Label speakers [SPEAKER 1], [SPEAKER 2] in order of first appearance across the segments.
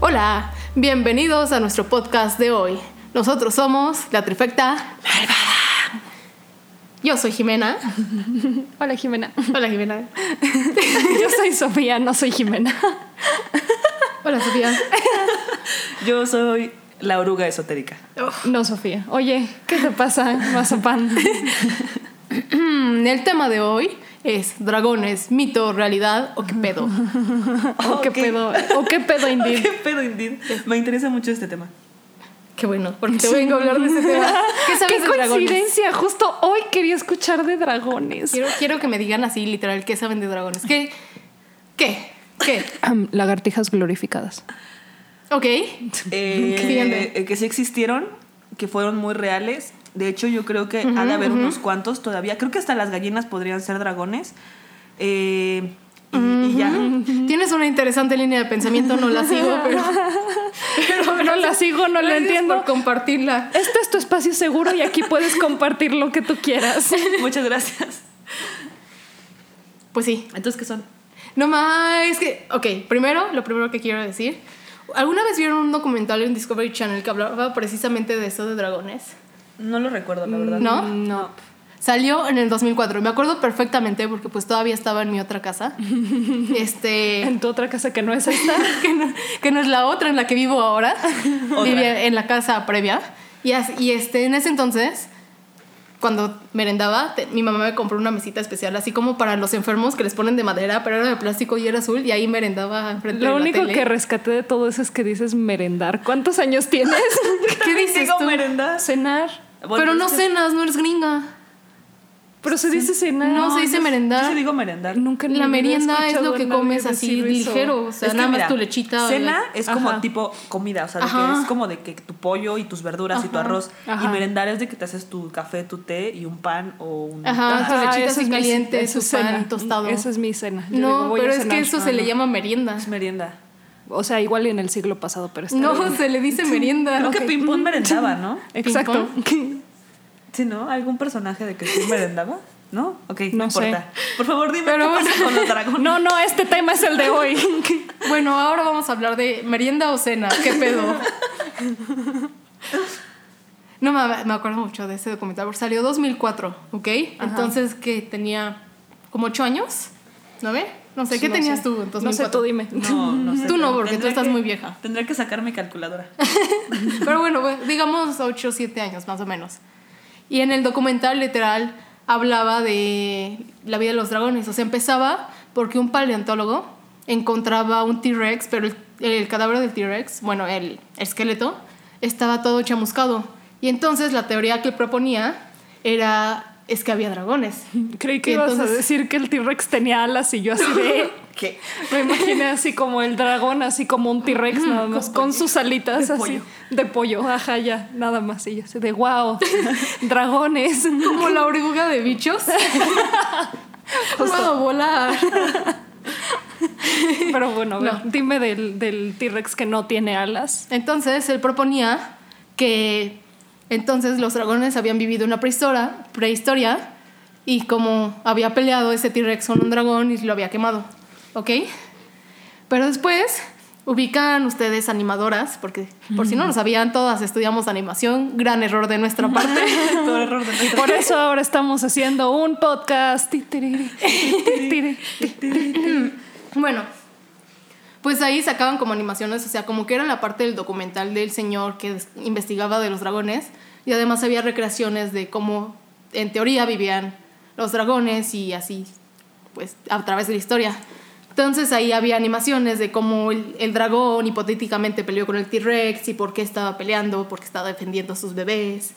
[SPEAKER 1] Hola, bienvenidos a nuestro podcast de hoy. Nosotros somos la trifecta malvada. Yo soy Jimena.
[SPEAKER 2] Hola Jimena.
[SPEAKER 1] Hola Jimena.
[SPEAKER 2] Yo soy Sofía, no soy Jimena.
[SPEAKER 1] Hola Sofía.
[SPEAKER 3] Yo soy la oruga esotérica.
[SPEAKER 2] No Sofía. Oye, ¿qué te pasa, Mazapán?
[SPEAKER 1] Mm, El tema de hoy es dragones, mito, realidad o qué pedo.
[SPEAKER 2] ¿O qué
[SPEAKER 3] Ok.
[SPEAKER 2] pedo? ¿O qué pedo, Indy?
[SPEAKER 3] ¿Qué pedo, Indin? Me interesa mucho este tema.
[SPEAKER 1] Qué bueno, porque te vengo a hablar de ese tema. ¿Qué sabes
[SPEAKER 2] ¿Qué
[SPEAKER 1] de dragones?
[SPEAKER 2] coincidencia? Justo hoy quería escuchar de dragones.
[SPEAKER 1] Quiero, quiero que me digan así, literal, ¿qué saben de dragones? ¿Qué? ¿Qué? ¿Qué?
[SPEAKER 2] lagartijas glorificadas.
[SPEAKER 1] Ok.
[SPEAKER 3] Eh,
[SPEAKER 1] Siguiente.
[SPEAKER 3] eh, que sí existieron, que fueron muy reales. De hecho, yo creo que ha de haber unos cuantos todavía. Creo que hasta las gallinas podrían ser dragones. Eh, y, y ya.
[SPEAKER 1] Tienes una interesante línea de pensamiento, no la sigo, pero.
[SPEAKER 2] No la sigo, no la
[SPEAKER 1] Gracias
[SPEAKER 2] entiendo.
[SPEAKER 1] Por compartirla.
[SPEAKER 2] Este es tu espacio seguro y aquí puedes compartir lo que tú quieras.
[SPEAKER 3] Muchas gracias.
[SPEAKER 1] Pues sí.
[SPEAKER 3] Entonces, ¿qué son?
[SPEAKER 1] No más, es que. Ok, primero, lo primero que quiero decir. ¿Alguna vez vieron un documental en Discovery Channel que hablaba precisamente de eso de dragones?
[SPEAKER 3] No lo recuerdo, la verdad.
[SPEAKER 1] ¿No?
[SPEAKER 2] No.
[SPEAKER 1] Salió en el 2004. Me acuerdo perfectamente porque pues todavía estaba en mi otra casa. Este,
[SPEAKER 2] En tu otra casa que no es esta.
[SPEAKER 1] que no, que no es la otra en la que vivo ahora.
[SPEAKER 3] Otra.
[SPEAKER 1] Vivía en la casa previa. Y, as- y este, en ese entonces, cuando merendaba, te- mi mamá me compró una mesita especial, así como para los enfermos que les ponen de madera, pero era de plástico y era azul. Y ahí merendaba enfrente
[SPEAKER 2] Lo
[SPEAKER 1] de la
[SPEAKER 2] único
[SPEAKER 1] tele.
[SPEAKER 2] que rescaté de todo eso es que dices merendar. ¿Cuántos años tienes?
[SPEAKER 1] ¿Qué dices
[SPEAKER 3] Digo
[SPEAKER 1] tú?
[SPEAKER 3] merendas.
[SPEAKER 2] cenar.
[SPEAKER 3] Bueno,
[SPEAKER 1] pero no
[SPEAKER 3] es que-
[SPEAKER 1] cenas, no eres gringa.
[SPEAKER 2] Pero se dice cenar.
[SPEAKER 1] No, se dice merendar.
[SPEAKER 3] Yo sí digo merendar.
[SPEAKER 2] Nunca en
[SPEAKER 1] La
[SPEAKER 2] mi vida he
[SPEAKER 1] merienda es
[SPEAKER 2] escuchado
[SPEAKER 1] lo
[SPEAKER 2] a
[SPEAKER 1] que
[SPEAKER 2] nadie
[SPEAKER 1] comes así
[SPEAKER 2] decir eso.
[SPEAKER 1] ligero, o sea,
[SPEAKER 3] Es que
[SPEAKER 1] nada
[SPEAKER 3] mira,
[SPEAKER 1] más tu lechita.
[SPEAKER 3] Cena
[SPEAKER 1] la-
[SPEAKER 3] es como
[SPEAKER 2] Ajá.
[SPEAKER 3] tipo comida, o sea, de
[SPEAKER 1] Ajá.
[SPEAKER 3] que es como de que tu pollo y tus verduras y tu
[SPEAKER 1] Ajá.
[SPEAKER 3] arroz.
[SPEAKER 2] Ajá.
[SPEAKER 3] Y merendar es de que te haces tu café, tu té y un pan o un.
[SPEAKER 1] Ajá,
[SPEAKER 2] Ajá,
[SPEAKER 1] sus lechitas
[SPEAKER 2] eso
[SPEAKER 1] así
[SPEAKER 2] es mi-
[SPEAKER 1] calientes,
[SPEAKER 2] eso
[SPEAKER 1] su
[SPEAKER 2] es
[SPEAKER 1] pan
[SPEAKER 2] cena.
[SPEAKER 1] tostado.
[SPEAKER 2] Esa es mi cena. Yo digo,
[SPEAKER 1] No,
[SPEAKER 2] voy a
[SPEAKER 1] pero es que
[SPEAKER 2] cenar.
[SPEAKER 3] Ah,
[SPEAKER 1] eso se le llama merienda.
[SPEAKER 3] Es merienda.
[SPEAKER 2] O sea, igual en el siglo pasado, pero está
[SPEAKER 1] No,
[SPEAKER 2] bien.
[SPEAKER 1] se le dice merienda.
[SPEAKER 3] Creo que Ping Pong
[SPEAKER 1] Mm.
[SPEAKER 3] merendaba, ¿no?
[SPEAKER 2] Exacto.
[SPEAKER 3] Sí, ¿no? ¿Algún personaje de que sí merendaba? ¿No? Ok, no,
[SPEAKER 2] No sé.
[SPEAKER 3] importa. Por favor, dime
[SPEAKER 1] Pero
[SPEAKER 3] qué pasa
[SPEAKER 1] bueno.
[SPEAKER 3] con los dragones.
[SPEAKER 2] No, no, este tema es el de hoy.
[SPEAKER 1] Bueno, ahora vamos a hablar de merienda o cena. ¿Qué pedo? No me, me acuerdo mucho de ese documental. porque Salió 2004, ¿ok? Entonces que tenía como 8 años, ¿no ve? No sé, ¿qué
[SPEAKER 2] No
[SPEAKER 1] tenías
[SPEAKER 2] sé.
[SPEAKER 1] tú en 2004?
[SPEAKER 2] No sé, tú dime.
[SPEAKER 3] No, no sé.
[SPEAKER 1] Tú no,
[SPEAKER 3] pero
[SPEAKER 1] porque tú
[SPEAKER 3] tendré
[SPEAKER 1] estás
[SPEAKER 3] que-
[SPEAKER 1] muy vieja.
[SPEAKER 3] Tendré que sacar mi calculadora.
[SPEAKER 1] Pero bueno, pues, digamos 8 o 7 años más o menos. Y en el documental literal hablaba de la vida de los dragones. O sea, empezaba porque un paleontólogo encontraba un T-Rex, pero el, el cadáver del T-Rex, bueno, el esqueleto, estaba todo chamuscado. Y entonces la teoría que proponía era, es que había dragones.
[SPEAKER 2] Creí que
[SPEAKER 1] Y
[SPEAKER 2] ibas a
[SPEAKER 1] entonces-
[SPEAKER 2] decir que el T-Rex tenía alas y yo así de...
[SPEAKER 3] ¿Qué?
[SPEAKER 2] Me imaginé así como el dragón, así como un T-Rex nada más, con sus alitas
[SPEAKER 3] De
[SPEAKER 2] así
[SPEAKER 3] pollo.
[SPEAKER 2] de pollo, ajá, ya, nada más. Y yo así de wow, dragones.
[SPEAKER 1] Como la oruga de bichos. Puedo volar.
[SPEAKER 2] Pero bueno, a ver,
[SPEAKER 1] No.
[SPEAKER 2] dime del, del T-Rex que no tiene alas.
[SPEAKER 1] Entonces él proponía que entonces los dragones habían vivido una prehistoria, prehistoria y como había peleado ese T-Rex con un dragón y lo había quemado, ¿ok? Pero después ubican ustedes animadoras, porque por si no lo sabían, todas estudiamos animación, gran error de nuestra parte.
[SPEAKER 3] Todo error de nuestra-
[SPEAKER 2] Por eso ahora estamos haciendo un podcast. Ti, tiriri, ti, ti, tiri.
[SPEAKER 1] Bueno, pues ahí sacaban como animaciones, o sea, como que era la parte del documental del señor que des- investigaba de los dragones y además había recreaciones de cómo en teoría vivían los dragones y así, pues a través de la historia. Entonces ahí había animaciones de cómo el, el dragón hipotéticamente peleó con el T-Rex y por qué estaba peleando, por qué estaba defendiendo a sus bebés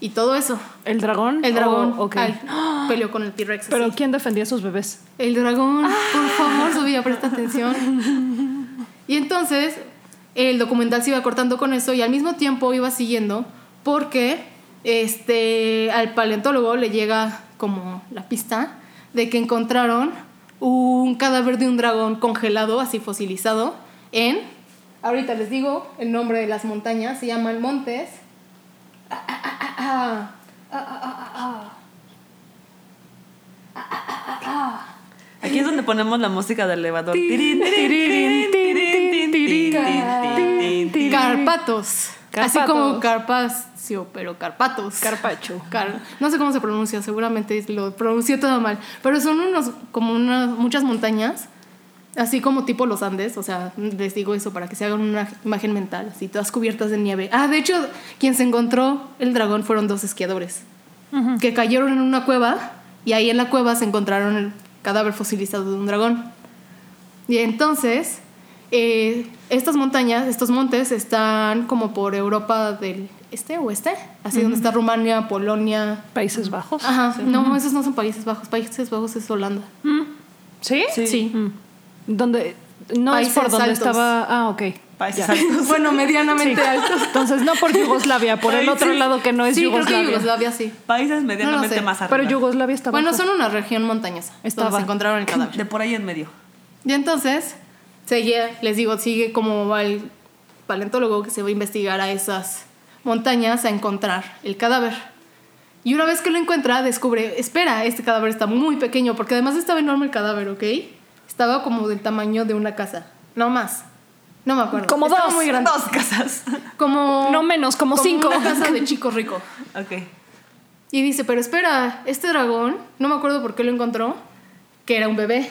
[SPEAKER 1] y todo eso.
[SPEAKER 2] ¿El dragón?
[SPEAKER 1] El dragón
[SPEAKER 2] Oh, ok.
[SPEAKER 1] ay, peleó con el T-Rex.
[SPEAKER 2] Pero
[SPEAKER 1] así.
[SPEAKER 2] ¿quién defendía a sus bebés?
[SPEAKER 1] El dragón, por favor, Sofía, presta atención. Y entonces el documental se iba cortando con eso y al mismo tiempo iba siguiendo porque este, al paleontólogo le llega como la pista de que encontraron un cadáver de un dragón congelado, así fosilizado, en, ahorita les digo el nombre de las montañas, se llaman Montes. Ah, ah, ah, ah, ah, ah, ah, ah, ah.
[SPEAKER 3] Aquí es donde ponemos la música del elevador. Tirin, tirin, tirin, tirin, tirin, Tin, tin, tin, tin, tin.
[SPEAKER 1] Carpatos. Así
[SPEAKER 2] Carpatos.
[SPEAKER 1] como Carpacio, pero Carpatos.
[SPEAKER 2] Carpacho.
[SPEAKER 1] Car- no sé cómo se pronuncia, seguramente lo pronuncié todo mal. Pero son unos, como unas, muchas montañas, así como tipo los Andes. O sea, les digo eso para que se hagan una imagen mental, así todas cubiertas de nieve. Ah, de hecho, quien se encontró el dragón fueron dos esquiadores que cayeron en una cueva y ahí en la cueva se encontraron el cadáver fosilizado de un dragón. Y entonces, eh, estas montañas, estos montes están como por Europa del este oeste, así donde está Rumania, Polonia.
[SPEAKER 2] Países Bajos.
[SPEAKER 1] Ajá, no, esos no son Países Bajos, Países Bajos es Holanda.
[SPEAKER 2] ¿Sí?
[SPEAKER 1] Sí.
[SPEAKER 2] Mm. Donde no
[SPEAKER 1] Países
[SPEAKER 2] es por donde
[SPEAKER 1] altos.
[SPEAKER 2] estaba. Ah, ok.
[SPEAKER 3] Países
[SPEAKER 2] Ya.
[SPEAKER 3] altos.
[SPEAKER 1] Bueno,
[SPEAKER 2] Sí.
[SPEAKER 1] medianamente altos.
[SPEAKER 2] Entonces no por Yugoslavia, por el
[SPEAKER 3] Ay,
[SPEAKER 2] otro
[SPEAKER 3] sí.
[SPEAKER 2] lado que no es
[SPEAKER 1] sí, creo
[SPEAKER 2] Yugoslavia.
[SPEAKER 1] que Yugoslavia sí.
[SPEAKER 3] Países medianamente
[SPEAKER 1] sé,
[SPEAKER 3] más arriba.
[SPEAKER 2] Pero Yugoslavia está
[SPEAKER 1] Bueno,
[SPEAKER 2] abajo.
[SPEAKER 1] son una región montañosa.
[SPEAKER 2] Estaba.
[SPEAKER 1] Donde se encontraron el cadáver.
[SPEAKER 3] De por ahí en medio.
[SPEAKER 1] Y entonces, seguía, les digo, sigue como va el paleontólogo que se va a investigar a esas montañas a encontrar el cadáver. Y una vez que lo encuentra, descubre, espera, este cadáver está muy pequeño, porque además estaba enorme el cadáver, ¿ok? Estaba como del tamaño de una casa, no más. No me acuerdo.
[SPEAKER 2] Como
[SPEAKER 1] Estaba
[SPEAKER 2] dos,
[SPEAKER 1] muy grande.
[SPEAKER 3] Dos casas.
[SPEAKER 1] Como,
[SPEAKER 2] No menos, como cinco.
[SPEAKER 1] Una casa de chico rico.
[SPEAKER 3] ok.
[SPEAKER 1] Y dice, pero espera, este dragón, no me acuerdo por qué lo encontró, que era un bebé.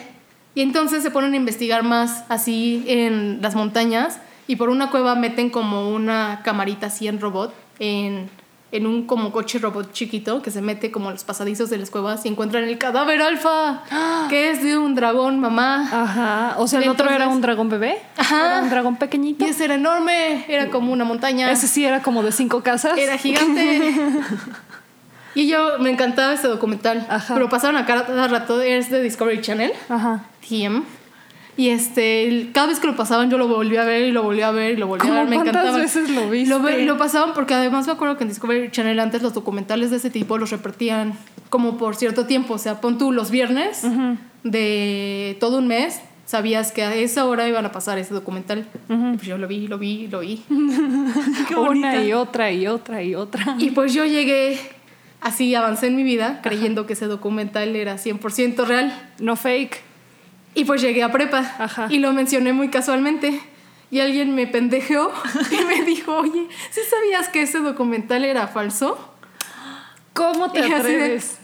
[SPEAKER 1] Y entonces se ponen a investigar más así en las montañas y por una cueva meten como una camarita así en robot, en, en un como coche robot chiquito que se mete como a los pasadizos de las cuevas y encuentran el cadáver alfa, que es de un dragón
[SPEAKER 2] Ah,
[SPEAKER 1] mamá.
[SPEAKER 2] Ajá. O sea, el otro era
[SPEAKER 1] Entonces-
[SPEAKER 2] un dragón bebé.
[SPEAKER 1] Ajá.
[SPEAKER 2] Era un dragón pequeñito.
[SPEAKER 1] Y ese era enorme, era como una montaña.
[SPEAKER 2] Ese sí era como de cinco casas.
[SPEAKER 1] Era gigante. y yo me encantaba este documental.
[SPEAKER 2] Ajá.
[SPEAKER 1] Pero pasaron a cada rato, es de Discovery Channel,
[SPEAKER 2] Ajá.
[SPEAKER 1] TM. Y este, el- cada vez que lo pasaban, yo lo volví a ver y lo volví a ver y lo volví a
[SPEAKER 2] ¿Cómo
[SPEAKER 1] ver. Me
[SPEAKER 2] cuántas
[SPEAKER 1] encantaba.
[SPEAKER 2] veces lo viste?
[SPEAKER 1] Lo, ve- lo pasaban porque además me acuerdo que en Discovery Channel antes los documentales de ese tipo los repartían como por cierto tiempo. O sea, pon tú los viernes de todo un mes, sabías que a esa hora iban a pasar ese documental. Pues yo lo vi, lo vi, lo vi.
[SPEAKER 3] Qué
[SPEAKER 2] Una
[SPEAKER 3] bonita.
[SPEAKER 2] y otra y otra y otra.
[SPEAKER 1] Y pues yo llegué, así avancé en mi vida, creyendo que ese documental era 100% real.
[SPEAKER 2] No fake.
[SPEAKER 1] Y pues llegué a prepa
[SPEAKER 2] Ajá.
[SPEAKER 1] y lo mencioné muy casualmente. Y alguien me pendejeó y me dijo, oye, ¿sí sabías que ese documental era falso?
[SPEAKER 2] ¿Cómo te
[SPEAKER 1] Y así de-
[SPEAKER 2] atreves?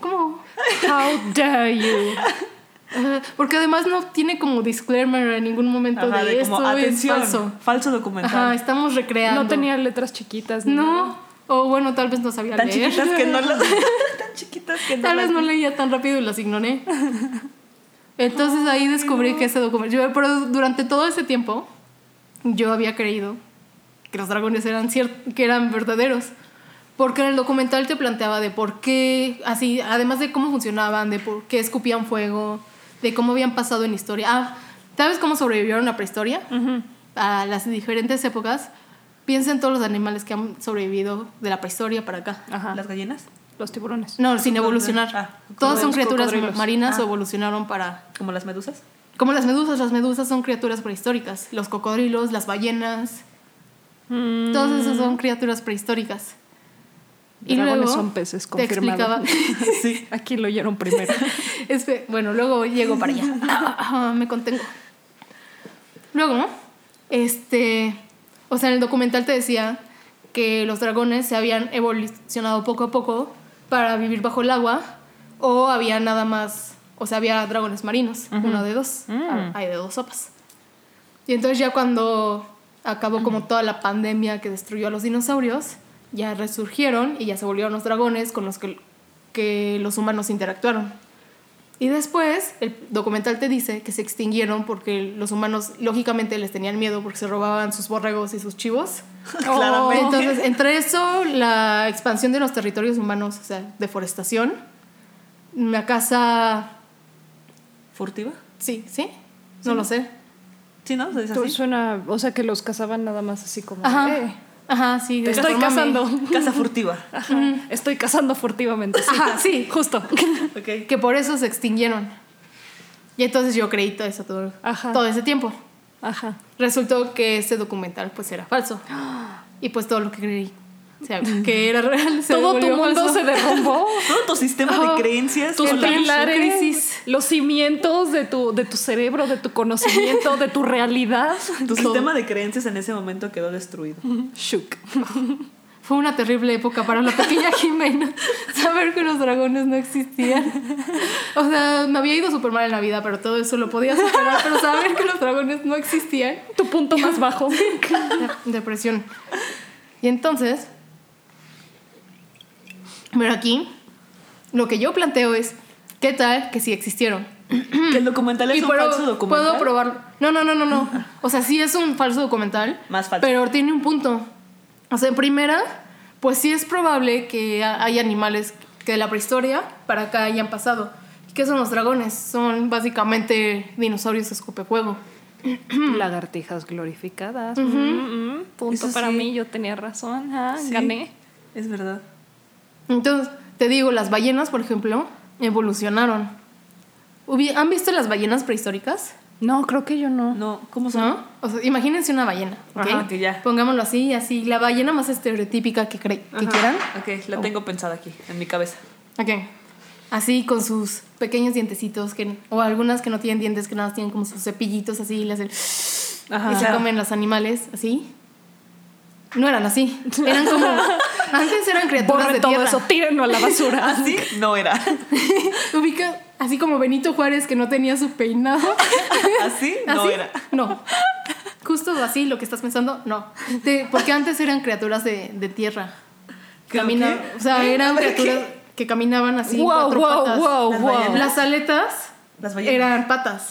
[SPEAKER 1] ¿Cómo?
[SPEAKER 2] How dare you?
[SPEAKER 1] Ajá, porque además no tiene como disclaimer en ningún momento
[SPEAKER 3] Ajá,
[SPEAKER 1] de,
[SPEAKER 3] de
[SPEAKER 1] esto
[SPEAKER 3] como, atención,
[SPEAKER 1] es falso. Ajá,
[SPEAKER 3] documental.
[SPEAKER 1] estamos recreando.
[SPEAKER 2] No tenía letras chiquitas. ni nada.
[SPEAKER 1] No, o bueno, tal vez no sabía
[SPEAKER 3] Tan
[SPEAKER 1] leer.
[SPEAKER 3] chiquitas que no las... tan chiquitas que no
[SPEAKER 1] Tal vez
[SPEAKER 3] las-
[SPEAKER 1] no leía tan rápido y las ignoré. Entonces ahí descubrí que ese documento. yo- pero durante todo ese tiempo, yo había creído que los dragones eran cier- que eran verdaderos. Porque en el documental te planteaba de por qué, así, además de cómo funcionaban, de por qué escupían fuego, de cómo habían pasado en historia. Ah, ¿sabes cómo sobrevivieron a prehistoria? A las diferentes épocas. Piensa en todos los animales que han sobrevivido de la prehistoria para acá.
[SPEAKER 2] Ajá.
[SPEAKER 3] ¿Las gallinas?
[SPEAKER 2] Los tiburones.
[SPEAKER 1] No, sin evolucionar.
[SPEAKER 3] Ah,
[SPEAKER 1] Todas son
[SPEAKER 2] los
[SPEAKER 1] criaturas
[SPEAKER 2] cocodrilos. Ah.
[SPEAKER 1] marinas o evolucionaron para...
[SPEAKER 3] ¿Como las medusas?
[SPEAKER 1] Como las medusas, las medusas son criaturas prehistóricas. Los cocodrilos, las ballenas,
[SPEAKER 2] Mm,
[SPEAKER 1] todas esas son criaturas prehistóricas. Y
[SPEAKER 2] dragones
[SPEAKER 1] luego
[SPEAKER 2] son peces,
[SPEAKER 1] te explicaba...
[SPEAKER 2] confirmado. Aquí lo oyeron primero.
[SPEAKER 1] Espe- bueno, luego llego para allá. Ah, Me contengo. Luego, este, o sea, en el documental te decía que los dragones se habían evolucionado poco a poco para vivir bajo el agua o había nada más, o sea, había dragones marinos, uno de dos,
[SPEAKER 2] Mm.
[SPEAKER 1] Ah, hay de dos sopas. Y entonces ya cuando acabó como toda la pandemia que destruyó a los dinosaurios, ya resurgieron y ya se volvieron los dragones con los que, que los humanos interactuaron. Y después el documental te dice que se extinguieron porque los humanos lógicamente les tenían miedo porque se robaban sus borregos y sus chivos. Oh.
[SPEAKER 3] Claramente.
[SPEAKER 1] Entonces, entre eso, la expansión de los territorios humanos, o sea, deforestación, la casa...
[SPEAKER 3] ¿Furtiva?
[SPEAKER 1] Sí, sí, no lo sé.
[SPEAKER 3] Sí, ¿no? ¿Se dice
[SPEAKER 2] Tú
[SPEAKER 3] así?
[SPEAKER 2] suena, o sea, que los cazaban nada más así como.
[SPEAKER 1] Ajá.
[SPEAKER 2] "Eh,
[SPEAKER 1] Ajá, sí.
[SPEAKER 2] te estoy
[SPEAKER 1] transformame.
[SPEAKER 2] cazando.
[SPEAKER 3] Casa furtiva.
[SPEAKER 2] Ajá, Estoy cazando furtivamente. sí.
[SPEAKER 1] Ajá, sí, justo.
[SPEAKER 3] Ok.
[SPEAKER 1] que por eso se extinguieron. Y entonces yo creí todo eso todo,
[SPEAKER 2] Ajá.
[SPEAKER 1] todo ese tiempo. este
[SPEAKER 2] Ajá.
[SPEAKER 1] Resultó que ese documental pues era falso. Y pues todo lo que creí sea, que era real. se
[SPEAKER 2] Todo tu
[SPEAKER 1] volvió
[SPEAKER 2] mundo
[SPEAKER 1] falso.
[SPEAKER 2] se derrumbó.
[SPEAKER 3] Todo tu sistema
[SPEAKER 1] Oh,
[SPEAKER 3] de creencias.
[SPEAKER 2] Tus
[SPEAKER 1] El
[SPEAKER 3] Hola.
[SPEAKER 1] pilar.
[SPEAKER 2] pilares,
[SPEAKER 1] crisis.
[SPEAKER 2] los cimientos de tu, de tu cerebro, de tu conocimiento, de tu realidad.
[SPEAKER 3] Tu sistema de creencias en ese momento quedó destruido.
[SPEAKER 2] Shook.
[SPEAKER 1] Fue una terrible época para la pequeña Jimena saber que los dragones no existían. O sea, me había ido súper mal en la vida, pero todo eso lo podía superar. Pero saber que los dragones no existían,
[SPEAKER 2] Tu punto más bajo.
[SPEAKER 1] de- depresión. Y entonces, pero aquí lo que yo planteo es, ¿qué tal que sí existieron?
[SPEAKER 3] Que el documental es
[SPEAKER 1] Y
[SPEAKER 3] un
[SPEAKER 1] puedo,
[SPEAKER 3] falso documental.
[SPEAKER 1] puedo probarlo. No, no, no, no, no. O sea, sí es un falso documental.
[SPEAKER 3] Más falso.
[SPEAKER 1] Pero tiene un punto. O sea, en primera, pues sí es probable que ha- haya animales que de la prehistoria para acá hayan pasado. ¿Y ¿Qué son los dragones? Son básicamente dinosaurios escupefuego.
[SPEAKER 2] Lagartijas glorificadas. Mm, mm, punto
[SPEAKER 3] Eso
[SPEAKER 2] para
[SPEAKER 3] sí.
[SPEAKER 2] mí, yo tenía razón. ah,
[SPEAKER 3] Sí,
[SPEAKER 2] Gané.
[SPEAKER 3] Es verdad.
[SPEAKER 1] Entonces, te digo, las ballenas, por ejemplo, evolucionaron. Hubi- ¿Han visto las ballenas prehistóricas?
[SPEAKER 2] No, creo que yo no.
[SPEAKER 3] No, ¿cómo son?
[SPEAKER 1] ¿No? O sea, imagínense una ballena, ¿ok?
[SPEAKER 3] Ajá, que ya.
[SPEAKER 1] Pongámoslo así, así. La ballena más estereotípica que, cre- que
[SPEAKER 3] Ajá.
[SPEAKER 1] quieran.
[SPEAKER 3] Ok, la tengo pensada aquí, en mi cabeza.
[SPEAKER 1] Ok. Así con sus pequeños dientecitos que, o algunas que no tienen dientes, que nada más tienen como sus cepillitos así y le hacen-
[SPEAKER 3] Ajá.
[SPEAKER 1] y se
[SPEAKER 3] Claro.
[SPEAKER 1] comen los animales así. No eran así. Eran como. antes eran criaturas
[SPEAKER 2] Borre
[SPEAKER 1] de
[SPEAKER 2] todo
[SPEAKER 1] tierra.
[SPEAKER 2] eso, tírenlo a la basura.
[SPEAKER 3] ¿Así? No era.
[SPEAKER 1] Ubica así como Benito Juárez que no tenía su peinado.
[SPEAKER 3] ¿Así? No
[SPEAKER 1] ¿Así?
[SPEAKER 3] era.
[SPEAKER 1] ¿Ah, No. Justo así lo que estás pensando, no. Te- porque antes eran criaturas de, de tierra.
[SPEAKER 3] ¿Qué,
[SPEAKER 1] Caminaban.
[SPEAKER 3] qué?
[SPEAKER 1] O sea, eran
[SPEAKER 3] ¿Qué?
[SPEAKER 1] criaturas que caminaban así. en
[SPEAKER 2] wow,
[SPEAKER 1] cuatro
[SPEAKER 2] wow,
[SPEAKER 1] patas.
[SPEAKER 2] wow,
[SPEAKER 3] Las
[SPEAKER 2] wow.
[SPEAKER 3] ballenas.
[SPEAKER 1] Las aletas
[SPEAKER 3] Las ballenas.
[SPEAKER 1] eran patas.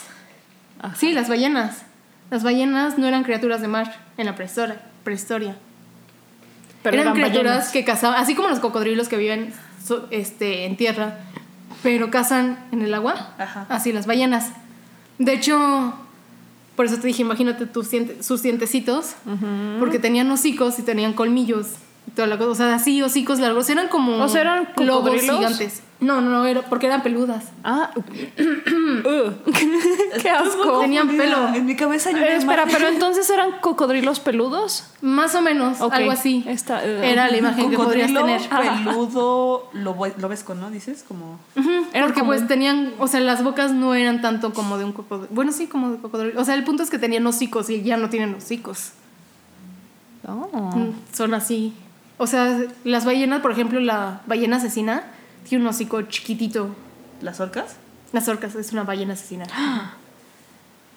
[SPEAKER 1] Sí, las ballenas. Las ballenas no eran criaturas de mar en la prehistoria. prehistoria.
[SPEAKER 2] Pero
[SPEAKER 1] eran, criaturas
[SPEAKER 2] ballenas.
[SPEAKER 1] que cazaban, así como los cocodrilos que viven so- este, en tierra, pero cazan en el agua.
[SPEAKER 3] Ajá.
[SPEAKER 1] Así las ballenas. De hecho, por eso te dije, imagínate tus diente- sus dientecitos, porque tenían hocicos y tenían colmillos. y toda la cosa. O sea, así hocicos largos. Eran como
[SPEAKER 2] O sea, ¿eran
[SPEAKER 1] lobos
[SPEAKER 2] cocodrilos?
[SPEAKER 1] gigantes. No, no, no, era- porque eran peludas.
[SPEAKER 2] Ah, uh, qué asco.
[SPEAKER 1] Tenían
[SPEAKER 3] Confundida.
[SPEAKER 1] pelo.
[SPEAKER 3] En mi cabeza yo
[SPEAKER 2] Eh,
[SPEAKER 3] una
[SPEAKER 2] espera,
[SPEAKER 3] imagen.
[SPEAKER 2] pero entonces eran cocodrilos peludos.
[SPEAKER 1] Más o menos,
[SPEAKER 2] Ok,
[SPEAKER 1] algo así.
[SPEAKER 2] esta, eh, Ah,
[SPEAKER 1] Era la imagen que podrías tener.
[SPEAKER 3] Cocodrilo, peludo, lobo- lobesco, ¿no? Dices como...
[SPEAKER 1] Ujú,
[SPEAKER 2] Era
[SPEAKER 1] porque
[SPEAKER 2] como
[SPEAKER 1] pues
[SPEAKER 2] un-
[SPEAKER 1] tenían, o sea, las bocas no eran tanto como de un cocodrilo. Bueno, sí, como de cocodrilo. O sea, el punto es que tenían hocicos y ya no tienen hocicos.
[SPEAKER 2] Oh.
[SPEAKER 1] Mm, Son así. O sea, las ballenas, por ejemplo, la ballena asesina tiene un hocico chiquitito.
[SPEAKER 3] ¿Las orcas?
[SPEAKER 1] Las orcas es una ballena asesina.
[SPEAKER 2] Ah,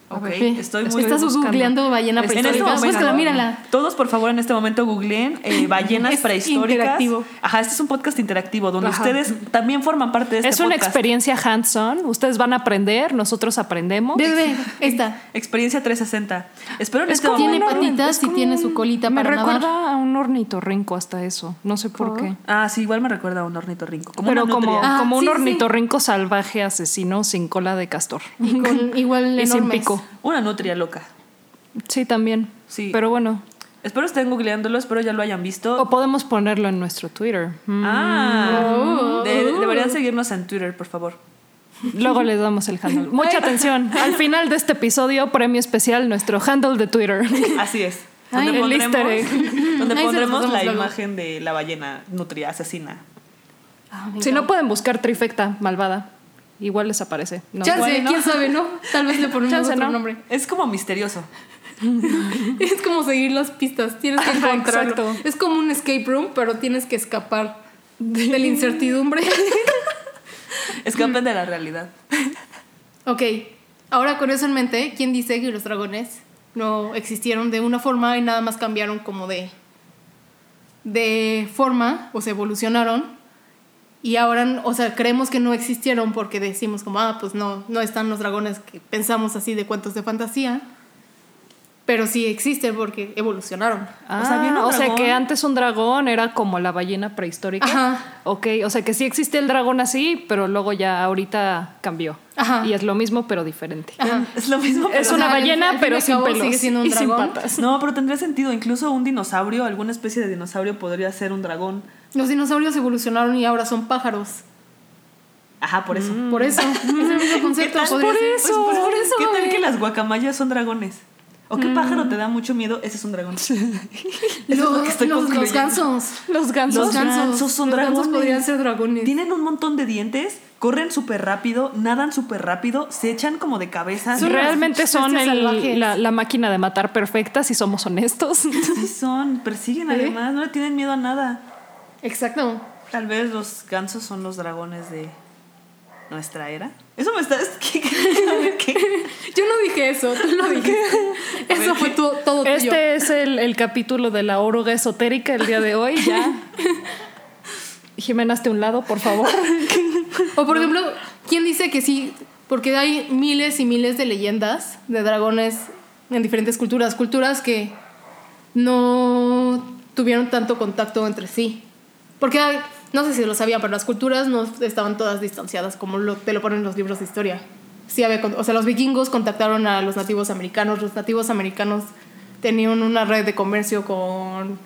[SPEAKER 3] Ok,
[SPEAKER 2] ver,
[SPEAKER 1] Sí.
[SPEAKER 3] estoy muy...
[SPEAKER 1] Estás
[SPEAKER 2] buscando.
[SPEAKER 1] googleando ballena
[SPEAKER 2] En
[SPEAKER 3] En este
[SPEAKER 1] prehistórica.
[SPEAKER 3] momento-
[SPEAKER 1] Búscala, mírala.
[SPEAKER 3] Todos, por favor, en este momento googleen eh, ballenas
[SPEAKER 1] Es
[SPEAKER 3] prehistóricas.
[SPEAKER 1] interactivo.
[SPEAKER 3] Ajá, este es un podcast interactivo donde
[SPEAKER 2] Ajá.
[SPEAKER 3] ustedes también forman parte de este
[SPEAKER 2] es una
[SPEAKER 3] podcast.
[SPEAKER 2] experiencia hands-on. Ustedes van a aprender, nosotros aprendemos.
[SPEAKER 1] Ve, ve, esta.
[SPEAKER 3] Experiencia 360. Espero en
[SPEAKER 2] Es
[SPEAKER 3] este
[SPEAKER 2] como
[SPEAKER 1] Tiene
[SPEAKER 3] momento-
[SPEAKER 2] un-
[SPEAKER 1] patitas
[SPEAKER 2] es
[SPEAKER 1] y
[SPEAKER 2] como
[SPEAKER 1] tiene
[SPEAKER 2] un-
[SPEAKER 1] su colita
[SPEAKER 2] Me
[SPEAKER 1] para
[SPEAKER 2] recuerda
[SPEAKER 1] nadar.
[SPEAKER 2] a un ornitorrinco hasta eso. No sé por qué.
[SPEAKER 3] Ah, sí, igual me recuerda a un ornitorrinco. Como
[SPEAKER 2] Pero
[SPEAKER 3] una
[SPEAKER 2] como,
[SPEAKER 3] nutria.
[SPEAKER 1] Ah,
[SPEAKER 2] como
[SPEAKER 1] sí,
[SPEAKER 2] un
[SPEAKER 1] sí, sí.
[SPEAKER 2] ornitorrinco salvaje asesino sin cola de castor.
[SPEAKER 1] Y con igual
[SPEAKER 2] Y sin
[SPEAKER 1] enormes.
[SPEAKER 2] pico.
[SPEAKER 3] Una nutria loca.
[SPEAKER 2] Sí, también.
[SPEAKER 3] Sí.
[SPEAKER 2] Pero bueno.
[SPEAKER 3] Espero estén googleándolo, espero ya lo hayan visto.
[SPEAKER 2] O podemos ponerlo en nuestro Twitter. Mm.
[SPEAKER 3] Ah,
[SPEAKER 1] Oh.
[SPEAKER 3] de- deberían seguirnos en Twitter, por favor.
[SPEAKER 2] Luego les damos el handle. Mucha atención. Al final de este episodio, premio especial, nuestro handle de Twitter.
[SPEAKER 3] Así es.
[SPEAKER 2] Ay,
[SPEAKER 3] Donde
[SPEAKER 2] el easter
[SPEAKER 3] pondremos, donde
[SPEAKER 1] Ahí se los
[SPEAKER 3] pondremos
[SPEAKER 1] pasamos
[SPEAKER 3] la
[SPEAKER 1] luego.
[SPEAKER 3] imagen de la ballena nutria asesina.
[SPEAKER 1] Ah, me
[SPEAKER 2] Si no pueden buscar trifecta malvada, igual les aparece. ¿no?
[SPEAKER 1] Chance,
[SPEAKER 3] Bueno.
[SPEAKER 1] quién sabe, ¿no? Tal vez le ponemos
[SPEAKER 2] Chance,
[SPEAKER 1] otro
[SPEAKER 2] ¿no?
[SPEAKER 1] nombre.
[SPEAKER 3] Es como misterioso.
[SPEAKER 1] Es como seguir las pistas, tienes que
[SPEAKER 2] Ajá,
[SPEAKER 1] encontrarlo.
[SPEAKER 2] exacto.
[SPEAKER 1] Es como un escape room, pero tienes que escapar de la incertidumbre. Mm.
[SPEAKER 3] Escapen de la realidad.
[SPEAKER 1] ok, ahora con eso en mente, ¿quién dice que los dragones no existieron de una forma y nada más cambiaron como de, de forma o se evolucionaron? Y ahora, o sea, creemos que no existieron porque decimos como, ah, pues no, no están los dragones que pensamos así de cuentos de fantasía, pero sí existen porque evolucionaron.
[SPEAKER 2] Ah,
[SPEAKER 3] O sea, viene un
[SPEAKER 2] o sea,
[SPEAKER 3] dragón.
[SPEAKER 2] que antes un dragón era como la ballena prehistórica.
[SPEAKER 1] Ajá.
[SPEAKER 2] Ok, o sea que sí existe el dragón así, pero luego ya ahorita cambió.
[SPEAKER 1] Ajá.
[SPEAKER 2] Y es lo mismo, pero diferente.
[SPEAKER 1] Ajá.
[SPEAKER 3] Es lo mismo.
[SPEAKER 2] es
[SPEAKER 1] o
[SPEAKER 2] una
[SPEAKER 1] sea, al-
[SPEAKER 2] ballena,
[SPEAKER 1] al fin y
[SPEAKER 2] pero
[SPEAKER 1] al
[SPEAKER 2] sin
[SPEAKER 1] cabo
[SPEAKER 2] pelos
[SPEAKER 1] sigue siendo un
[SPEAKER 2] y sin
[SPEAKER 1] dragón.
[SPEAKER 2] patas.
[SPEAKER 3] No, pero tendría sentido. Incluso un dinosaurio, alguna especie de dinosaurio podría ser un dragón.
[SPEAKER 1] Los dinosaurios evolucionaron y ahora son pájaros.
[SPEAKER 3] Ajá, por eso.
[SPEAKER 1] Por eso, es el mismo concepto.
[SPEAKER 3] Mm. ¿Qué tal?
[SPEAKER 1] Mm. podría
[SPEAKER 3] Por
[SPEAKER 1] ser.
[SPEAKER 3] eso.
[SPEAKER 1] Pues, pues, por eso, Mm.
[SPEAKER 3] ¿Qué tal
[SPEAKER 1] bebé.
[SPEAKER 3] que las guacamayas son dragones? ¿O qué pájaro te da mucho miedo? Ese es un dragón.
[SPEAKER 1] Los,
[SPEAKER 3] lo que estoy
[SPEAKER 1] los,
[SPEAKER 3] concluyendo.
[SPEAKER 1] los gansos.
[SPEAKER 2] Los gansos.
[SPEAKER 3] Los gansos son
[SPEAKER 1] los gansos
[SPEAKER 3] dragones.
[SPEAKER 1] podrían ser dragones.
[SPEAKER 3] Tienen un montón de dientes, corren súper rápido, nadan súper rápido, se echan como de cabeza.
[SPEAKER 1] Son
[SPEAKER 2] Realmente
[SPEAKER 1] las
[SPEAKER 2] son
[SPEAKER 1] bestias
[SPEAKER 2] el-
[SPEAKER 1] salvajes.
[SPEAKER 2] la, la máquina de matar perfecta, si somos honestos.
[SPEAKER 3] Sí son, persiguen
[SPEAKER 1] ¿Eh?
[SPEAKER 3] además, no le tienen miedo a nada.
[SPEAKER 1] Exacto.
[SPEAKER 3] Tal vez los gansos son los dragones de nuestra era. Eso me está... ¿Qué? ¿Qué?
[SPEAKER 1] Yo no dije eso, tú lo dijiste. Eso fue tu- todo tuyo.
[SPEAKER 2] Este es el, el capítulo de la oruga esotérica el día de hoy, ya. Jimena, hazte un lado, por favor.
[SPEAKER 1] O por ejemplo, ¿quién dice que sí? Porque hay miles y miles de leyendas de dragones en diferentes culturas, culturas que no tuvieron tanto contacto entre sí. Porque hay- no sé si lo sabían, pero las culturas no estaban todas distanciadas como lo- te lo ponen los libros de historia. Sí había con- o sea, los vikingos contactaron a los nativos americanos, los nativos americanos tenían una red de comercio con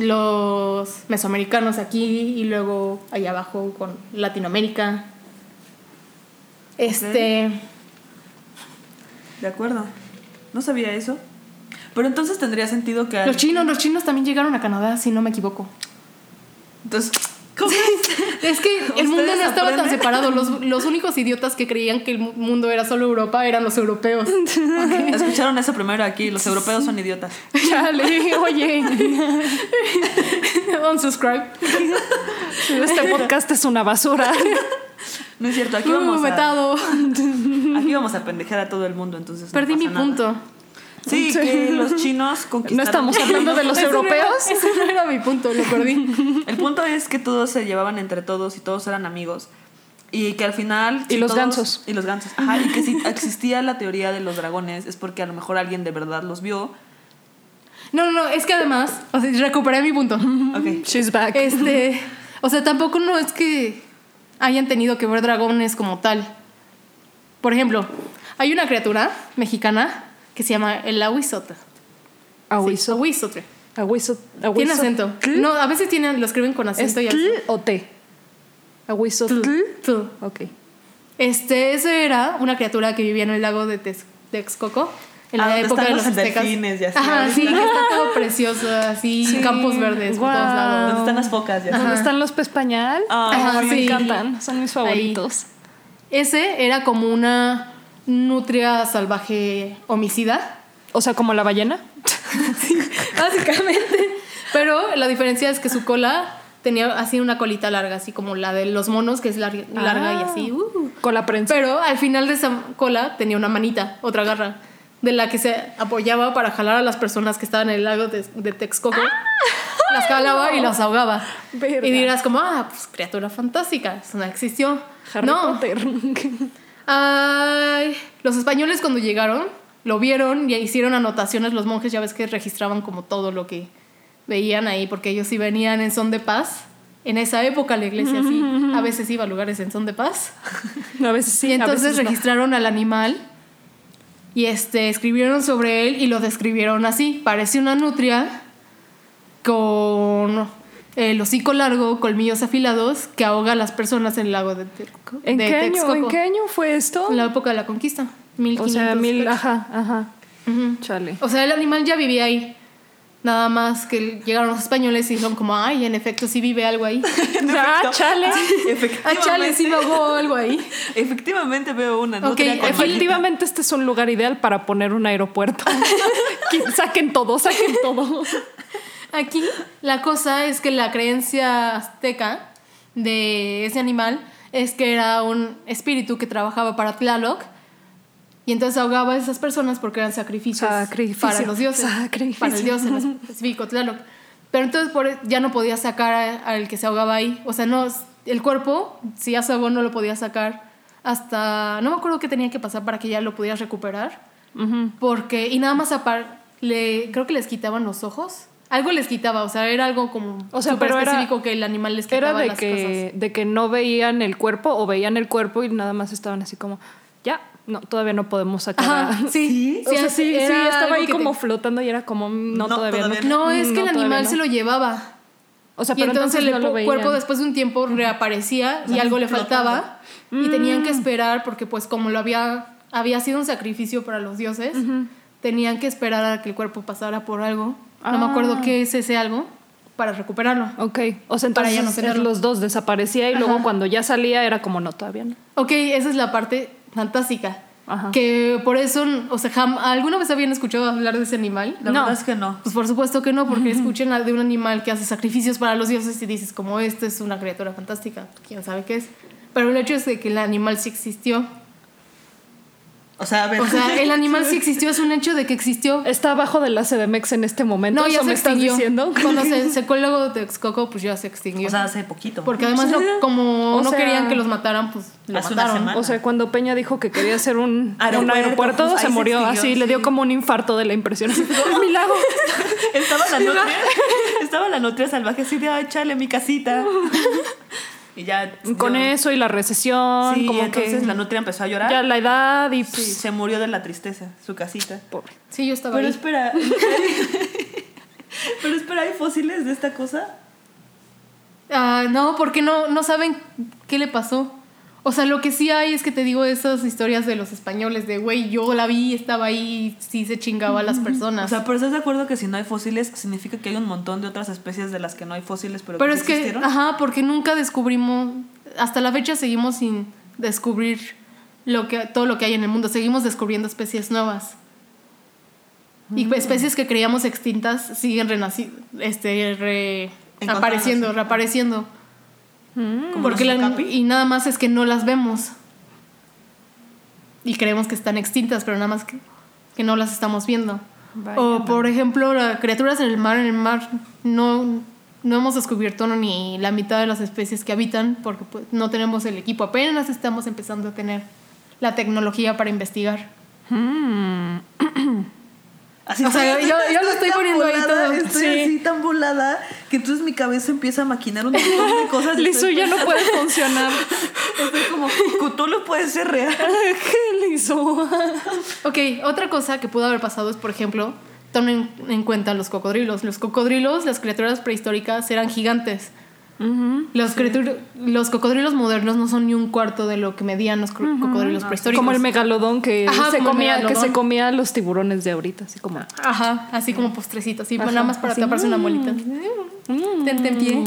[SPEAKER 1] los mesoamericanos aquí y luego allá abajo con Latinoamérica. Este,
[SPEAKER 3] De acuerdo. No sabía eso. Pero entonces tendría sentido que... al-
[SPEAKER 1] los chinos, los chinos también llegaron a Canadá, si no me equivoco.
[SPEAKER 3] Entonces, ¿cómo?
[SPEAKER 1] Es que el mundo
[SPEAKER 3] Ustedes
[SPEAKER 1] no estaba tan
[SPEAKER 3] aprenden.
[SPEAKER 1] separado. Los, los únicos idiotas que creían que el mu- mundo era solo Europa eran los europeos.
[SPEAKER 3] Escucharon eso primero aquí, los europeos son idiotas.
[SPEAKER 2] Chale, oye.
[SPEAKER 1] Unsubscribe.
[SPEAKER 2] Este podcast es una basura.
[SPEAKER 3] No es cierto, aquí
[SPEAKER 1] Uh,
[SPEAKER 3] vamos, a,
[SPEAKER 1] vetado.
[SPEAKER 3] aquí vamos a pendejar a todo el mundo, entonces. no
[SPEAKER 1] Perdí
[SPEAKER 3] pasa
[SPEAKER 1] mi
[SPEAKER 3] nada.
[SPEAKER 1] punto.
[SPEAKER 3] Sí, que los chinos
[SPEAKER 2] No
[SPEAKER 3] conquistaron.
[SPEAKER 2] estamos hablando de los
[SPEAKER 1] Ese no era-
[SPEAKER 2] europeos.
[SPEAKER 1] Ese no era mi punto, lo perdí.
[SPEAKER 3] El punto es que todos se llevaban entre todos y todos eran amigos. Y que al final.
[SPEAKER 2] Y
[SPEAKER 3] si
[SPEAKER 2] los
[SPEAKER 3] todos-
[SPEAKER 2] gansos.
[SPEAKER 3] Y los gansos. Ajá, y que si existía la teoría de los dragones es porque a lo mejor alguien de verdad los vio.
[SPEAKER 1] No, no, no, es que además, o sea, recuperé mi punto.
[SPEAKER 3] Ok.
[SPEAKER 2] She's back.
[SPEAKER 1] Este, o sea, tampoco no es que hayan tenido que ver dragones como tal. Por ejemplo, hay una criatura mexicana que se llama el ahuizote. Sí,
[SPEAKER 2] Ahuizo.
[SPEAKER 1] ahuizote.
[SPEAKER 2] Ahuizo.
[SPEAKER 1] Tiene
[SPEAKER 2] ahuizo-
[SPEAKER 1] acento.
[SPEAKER 2] ¿Tl?
[SPEAKER 1] No, a veces tienen, lo escriben con
[SPEAKER 2] ¿Es
[SPEAKER 1] acento y
[SPEAKER 2] tl o t? Ahuizo.
[SPEAKER 1] acento.
[SPEAKER 2] tl.
[SPEAKER 1] Tl.
[SPEAKER 2] Ok.
[SPEAKER 1] Este, ese era una criatura que vivía en el lago de Tex- Texcoco. En
[SPEAKER 3] Ah,
[SPEAKER 1] la
[SPEAKER 3] donde
[SPEAKER 1] época de
[SPEAKER 3] están
[SPEAKER 1] los
[SPEAKER 3] los
[SPEAKER 1] aztecas.
[SPEAKER 3] delfines y así,
[SPEAKER 1] Ajá,
[SPEAKER 3] ahorita.
[SPEAKER 1] sí, que está todo precioso, así,
[SPEAKER 2] Sí.
[SPEAKER 1] campos verdes por todos
[SPEAKER 2] Guau.
[SPEAKER 1] lados.
[SPEAKER 3] ¿Dónde están las focas? Ya?
[SPEAKER 2] ¿Dónde están los pez pañal?
[SPEAKER 3] Ay,
[SPEAKER 1] Ajá,
[SPEAKER 2] me
[SPEAKER 1] sí.
[SPEAKER 2] encantan. Son mis favoritos.
[SPEAKER 1] Ese era como una nutria salvaje homicida,
[SPEAKER 2] O sea, como la ballena.
[SPEAKER 1] básicamente. Pero la diferencia es que su cola tenía así una colita larga, así como la de los monos, que es lar- larga y
[SPEAKER 2] Ah.
[SPEAKER 1] así. uh.
[SPEAKER 2] Con la prensa.
[SPEAKER 1] Pero al final de esa cola tenía una manita, otra garra, de la que se apoyaba para jalar a las personas que estaban en el lago de, de Texcoco. Las jalaba y las ahogaba.
[SPEAKER 2] Ah, Verga.
[SPEAKER 1] Y dirás como, ah, pues criatura fantástica, eso no existió.
[SPEAKER 2] Harry
[SPEAKER 1] no,
[SPEAKER 2] Potter.
[SPEAKER 1] Ay, los españoles cuando llegaron lo vieron y hicieron anotaciones los monjes, ya ves que registraban como todo lo que veían ahí, porque ellos sí venían en son de paz. En esa época la iglesia sí, a veces iba a lugares en son de paz.
[SPEAKER 2] a veces sí.
[SPEAKER 1] y
[SPEAKER 2] a
[SPEAKER 1] entonces
[SPEAKER 2] veces no.
[SPEAKER 1] registraron al animal y este, escribieron sobre él y lo describieron así. Parece una nutria con eh, el hocico largo, colmillos afilados, que ahoga a las personas en el lago de, Texcoco.
[SPEAKER 2] ¿En,
[SPEAKER 1] de
[SPEAKER 2] qué año, ¿En
[SPEAKER 1] Texcoco.
[SPEAKER 2] qué año fue esto?
[SPEAKER 1] En la época de la conquista.
[SPEAKER 2] o sea,
[SPEAKER 1] 1500.
[SPEAKER 2] mil. ah. Ajá, ajá.
[SPEAKER 1] Ujú.
[SPEAKER 2] Chale.
[SPEAKER 1] O sea, el animal ya vivía ahí. Nada más que llegaron los españoles y dijeron como, ay, en efecto sí vive algo ahí.
[SPEAKER 2] Ah, chale.
[SPEAKER 1] Ah,
[SPEAKER 3] Efectivamente,
[SPEAKER 1] chale, sí me ahogó algo ahí.
[SPEAKER 3] efectivamente veo una. No
[SPEAKER 1] Ok,
[SPEAKER 3] tenía con-
[SPEAKER 2] Efectivamente, este es un lugar ideal para poner un aeropuerto. Que saquen todo, saquen todo.
[SPEAKER 1] Aquí la cosa es que la creencia azteca de ese animal es que era un espíritu que trabajaba para Tlaloc y entonces ahogaba a esas personas porque eran sacrificios
[SPEAKER 2] Sacrificio,
[SPEAKER 1] para los dioses,
[SPEAKER 2] sacrificio.
[SPEAKER 1] para el dios en específico Tlaloc. Pero entonces por- e, ya no podía sacar a- al que se ahogaba ahí, o sea, no el cuerpo si ya se ahogó no lo podía sacar hasta no me acuerdo qué tenía que pasar para que ya lo pudieras recuperar.
[SPEAKER 2] Ujú.
[SPEAKER 1] Porque, y nada más aparte, le, creo que les quitaban los ojos. Algo les quitaba, o sea, era algo como
[SPEAKER 2] O sea,
[SPEAKER 1] súper
[SPEAKER 2] pero era-
[SPEAKER 1] específico que el animal les quitaba
[SPEAKER 2] Era de
[SPEAKER 1] las
[SPEAKER 2] que, de que no veían el cuerpo o veían el cuerpo y nada más estaban así como, ya, no, todavía no podemos sacar.
[SPEAKER 1] cosas.
[SPEAKER 2] a-
[SPEAKER 1] Ajá, sí.
[SPEAKER 2] O sea,
[SPEAKER 1] era-
[SPEAKER 2] sí, sí,
[SPEAKER 1] era
[SPEAKER 2] estaba
[SPEAKER 1] algo
[SPEAKER 2] ahí
[SPEAKER 1] que
[SPEAKER 2] como
[SPEAKER 1] te-
[SPEAKER 2] flotando y era como, mm, no,
[SPEAKER 3] No,
[SPEAKER 2] todavía,
[SPEAKER 3] todavía
[SPEAKER 2] no.
[SPEAKER 1] No, es que el
[SPEAKER 2] No, todavía
[SPEAKER 1] animal
[SPEAKER 2] no.
[SPEAKER 1] se lo llevaba.
[SPEAKER 2] O sea,
[SPEAKER 1] y
[SPEAKER 2] pero
[SPEAKER 1] entonces,
[SPEAKER 2] entonces,
[SPEAKER 1] el
[SPEAKER 2] no lo
[SPEAKER 1] po-
[SPEAKER 2] veían.
[SPEAKER 1] cuerpo después de un tiempo reaparecía y
[SPEAKER 3] sea,
[SPEAKER 1] algo le
[SPEAKER 3] flotando.
[SPEAKER 1] faltaba.
[SPEAKER 2] Mm.
[SPEAKER 1] Y tenían que esperar porque, pues, como lo había, había sido un sacrificio para los dioses, tenían que esperar a que el cuerpo pasara por algo. No me
[SPEAKER 2] Ah.
[SPEAKER 1] acuerdo qué es ese algo para recuperarlo.
[SPEAKER 2] Ok, o sea,
[SPEAKER 1] Para ya no
[SPEAKER 2] entonces
[SPEAKER 1] tenerlo.
[SPEAKER 2] los dos desaparecía y
[SPEAKER 1] Ajá.
[SPEAKER 2] luego cuando ya salía era como no, todavía no.
[SPEAKER 1] Ok, esa es la parte fantástica.
[SPEAKER 2] Ajá.
[SPEAKER 1] Que por eso, o sea, jam- ¿alguna vez habían escuchado hablar de ese animal?
[SPEAKER 3] La
[SPEAKER 2] No.
[SPEAKER 3] verdad es que no.
[SPEAKER 1] Pues por supuesto que no, porque escuchen la de un animal que hace sacrificios para los dioses y dices, como esto es una criatura fantástica, quién sabe qué es. Pero el hecho es de que el animal sí existió.
[SPEAKER 3] O sea, a ver.
[SPEAKER 1] O
[SPEAKER 2] eh,
[SPEAKER 1] sea, el animal sí existió, es un hecho de que existió.
[SPEAKER 2] Está abajo de la CDMX en este momento.
[SPEAKER 1] No, ya
[SPEAKER 2] ¿Eso
[SPEAKER 1] se
[SPEAKER 2] me estás
[SPEAKER 1] extinguió.
[SPEAKER 2] diciendo.
[SPEAKER 1] Cuando se secó el logo de Texcoco, pues ya se extinguió.
[SPEAKER 3] O sea, hace poquito.
[SPEAKER 1] porque además, no- como
[SPEAKER 2] O
[SPEAKER 1] no
[SPEAKER 2] sea,
[SPEAKER 1] querían que los mataran, pues lo
[SPEAKER 3] hace una
[SPEAKER 1] mataron.
[SPEAKER 3] semana.
[SPEAKER 2] O sea, cuando Peña dijo que quería hacer un aeropuerto, un
[SPEAKER 3] Aeropuerto,
[SPEAKER 2] aeropuerto
[SPEAKER 3] justo
[SPEAKER 2] se
[SPEAKER 3] ahí se
[SPEAKER 2] murió
[SPEAKER 3] extinguió,
[SPEAKER 2] así, le dio
[SPEAKER 3] sí.
[SPEAKER 2] como un infarto de la impresión. Así, ¡Mi lago!
[SPEAKER 3] Estaba la nutria, estaba la nutria salvaje así de, ay, chale, mi casita. Y ya.
[SPEAKER 2] Con
[SPEAKER 3] dio-
[SPEAKER 2] eso y la recesión,
[SPEAKER 3] Sí,
[SPEAKER 2] como
[SPEAKER 3] entonces
[SPEAKER 2] que
[SPEAKER 3] la nutria empezó a llorar.
[SPEAKER 2] ya la edad y
[SPEAKER 3] Sí,
[SPEAKER 2] pues,
[SPEAKER 3] se murió de la tristeza, su casita.
[SPEAKER 2] pobre.
[SPEAKER 1] Sí, yo estaba
[SPEAKER 3] Pero
[SPEAKER 1] ahí.
[SPEAKER 3] espera. Pero espera, ¿hay fósiles de esta cosa?
[SPEAKER 1] Ah, no, porque no, no saben qué le pasó. O sea, lo que sí hay es que te digo esas historias de los españoles de, güey, yo la vi, estaba ahí, sí se chingaba a las personas.
[SPEAKER 3] O sea, pero ¿estás de acuerdo que si no hay fósiles significa que hay un montón de otras especies de las que no hay fósiles, pero,
[SPEAKER 1] Pero
[SPEAKER 3] sí
[SPEAKER 1] es que, ah,
[SPEAKER 3] existieron?
[SPEAKER 1] ajá, porque nunca descubrimos, hasta la fecha seguimos sin descubrir lo que, todo lo que hay en el mundo, seguimos descubriendo especies nuevas. Y
[SPEAKER 3] Mm.
[SPEAKER 1] especies que creíamos extintas siguen renaci- este, re-
[SPEAKER 3] Encontrándose.
[SPEAKER 1] apareciendo, reapareciendo.
[SPEAKER 3] Como
[SPEAKER 1] Porque la-
[SPEAKER 3] los okapi.
[SPEAKER 1] y nada más es que no las vemos. Y creemos que están extintas, pero nada más que, que no las estamos viendo.
[SPEAKER 2] Vaya,
[SPEAKER 1] o, por ejemplo, las criaturas en el mar. En el mar no, no hemos descubierto ni la mitad de las especies que habitan porque pues, no tenemos el equipo. Apenas estamos empezando a tener la tecnología para investigar.
[SPEAKER 3] Así
[SPEAKER 1] O sea,
[SPEAKER 3] estoy-
[SPEAKER 1] yo- yo lo estoy
[SPEAKER 3] tan
[SPEAKER 1] poniendo ahí
[SPEAKER 3] volada,
[SPEAKER 1] todo.
[SPEAKER 3] Estoy
[SPEAKER 1] Sí.
[SPEAKER 3] así tan volada que entonces mi cabeza empieza a maquinar un montón de cosas.
[SPEAKER 2] Lizu
[SPEAKER 3] estoy,
[SPEAKER 2] pues, ya no puede funcionar.
[SPEAKER 3] estoy como, Cthulhu puede ser real.
[SPEAKER 2] ¿Qué Lizu?
[SPEAKER 1] Ok, otra cosa que pudo haber pasado es, por ejemplo, tomen en cuenta los cocodrilos. Los cocodrilos, las criaturas prehistóricas, eran gigantes. los, criatu- los cocodrilos modernos no son ni un cuarto de lo que medían los cro- cocodrilos prehistóricos.
[SPEAKER 2] Ah, Como el megalodón que
[SPEAKER 1] Ajá,
[SPEAKER 2] se
[SPEAKER 1] como el
[SPEAKER 2] comía, que
[SPEAKER 1] megalodón.
[SPEAKER 2] se comía los tiburones de ahorita, así como.
[SPEAKER 1] Ajá, así como postrecito, así nada más para taparse una molita. Tente en pie,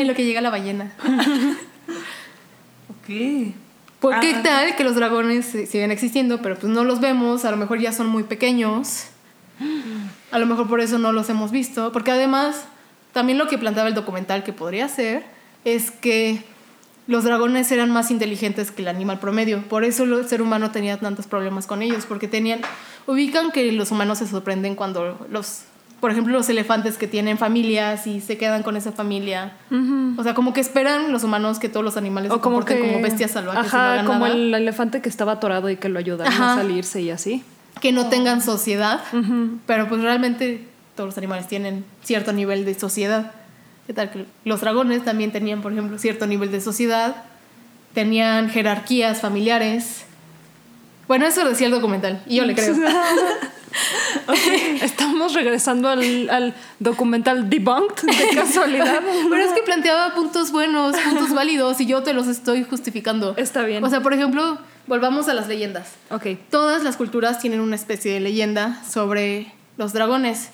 [SPEAKER 1] en lo que llega la ballena.
[SPEAKER 3] Ok.
[SPEAKER 1] ¿Por Pues, qué
[SPEAKER 3] Ajá.
[SPEAKER 1] tal que los dragones si- siguen existiendo, pero pues no los vemos? A lo mejor ya son muy pequeños. A lo mejor por eso no los hemos visto. Porque además, también lo que planteaba el documental que podría ser es que los dragones eran más inteligentes que el animal promedio. Por eso el ser humano tenía tantos problemas con ellos. Porque tenían. Ubican que los humanos se sorprenden cuando los. Por ejemplo, los elefantes que tienen familias y se quedan con esa familia. O sea, como que esperan los humanos que todos los animales se
[SPEAKER 2] O como
[SPEAKER 1] comporten
[SPEAKER 2] que.
[SPEAKER 1] como bestias salvajes. y no
[SPEAKER 2] Ajá,
[SPEAKER 1] hagan
[SPEAKER 2] como
[SPEAKER 1] nada.
[SPEAKER 2] el elefante que estaba atorado y que lo ayudaron
[SPEAKER 1] Ajá.
[SPEAKER 2] a salirse y así.
[SPEAKER 1] que no tengan sociedad, pero pues realmente todos los animales tienen cierto nivel de sociedad. ¿Qué tal? que Los dragones también tenían, por ejemplo, cierto nivel de sociedad, tenían jerarquías familiares. Bueno, eso decía el documental, y yo le creo.
[SPEAKER 2] Estamos regresando al, al documental Debunked de casualidad.
[SPEAKER 1] Pero es que planteaba puntos buenos, puntos válidos, y yo te los estoy justificando.
[SPEAKER 2] Está bien.
[SPEAKER 1] O sea, por ejemplo, volvamos a las leyendas.
[SPEAKER 2] ok.
[SPEAKER 1] Todas las culturas tienen una especie de leyenda sobre los dragones.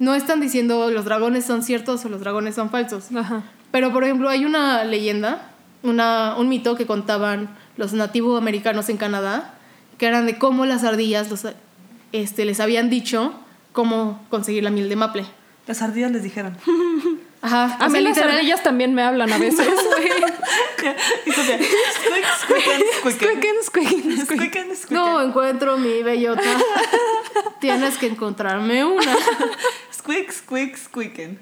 [SPEAKER 1] No están diciendo los dragones son ciertos o los dragones son falsos.
[SPEAKER 2] Ajá.
[SPEAKER 1] Pero, por ejemplo, hay una leyenda, una, un mito que contaban los nativos americanos en Canadá, que eran de cómo las ardillas los, este, les habían dicho cómo conseguir la miel de maple.
[SPEAKER 3] Las ardillas les dijeron.
[SPEAKER 1] Ajá.
[SPEAKER 2] A
[SPEAKER 1] o
[SPEAKER 2] mí
[SPEAKER 1] sea,
[SPEAKER 2] las
[SPEAKER 1] literal-
[SPEAKER 2] ardillas también me hablan a veces.
[SPEAKER 3] Y Sofía, squeak, squeaken, squeaken,
[SPEAKER 2] Squeaken, squeaken, squeaken.
[SPEAKER 3] squeaken, squeaken.
[SPEAKER 1] No encuentro mi bellota. Tienes que encontrarme una.
[SPEAKER 3] Squeak, squeak, squeaken.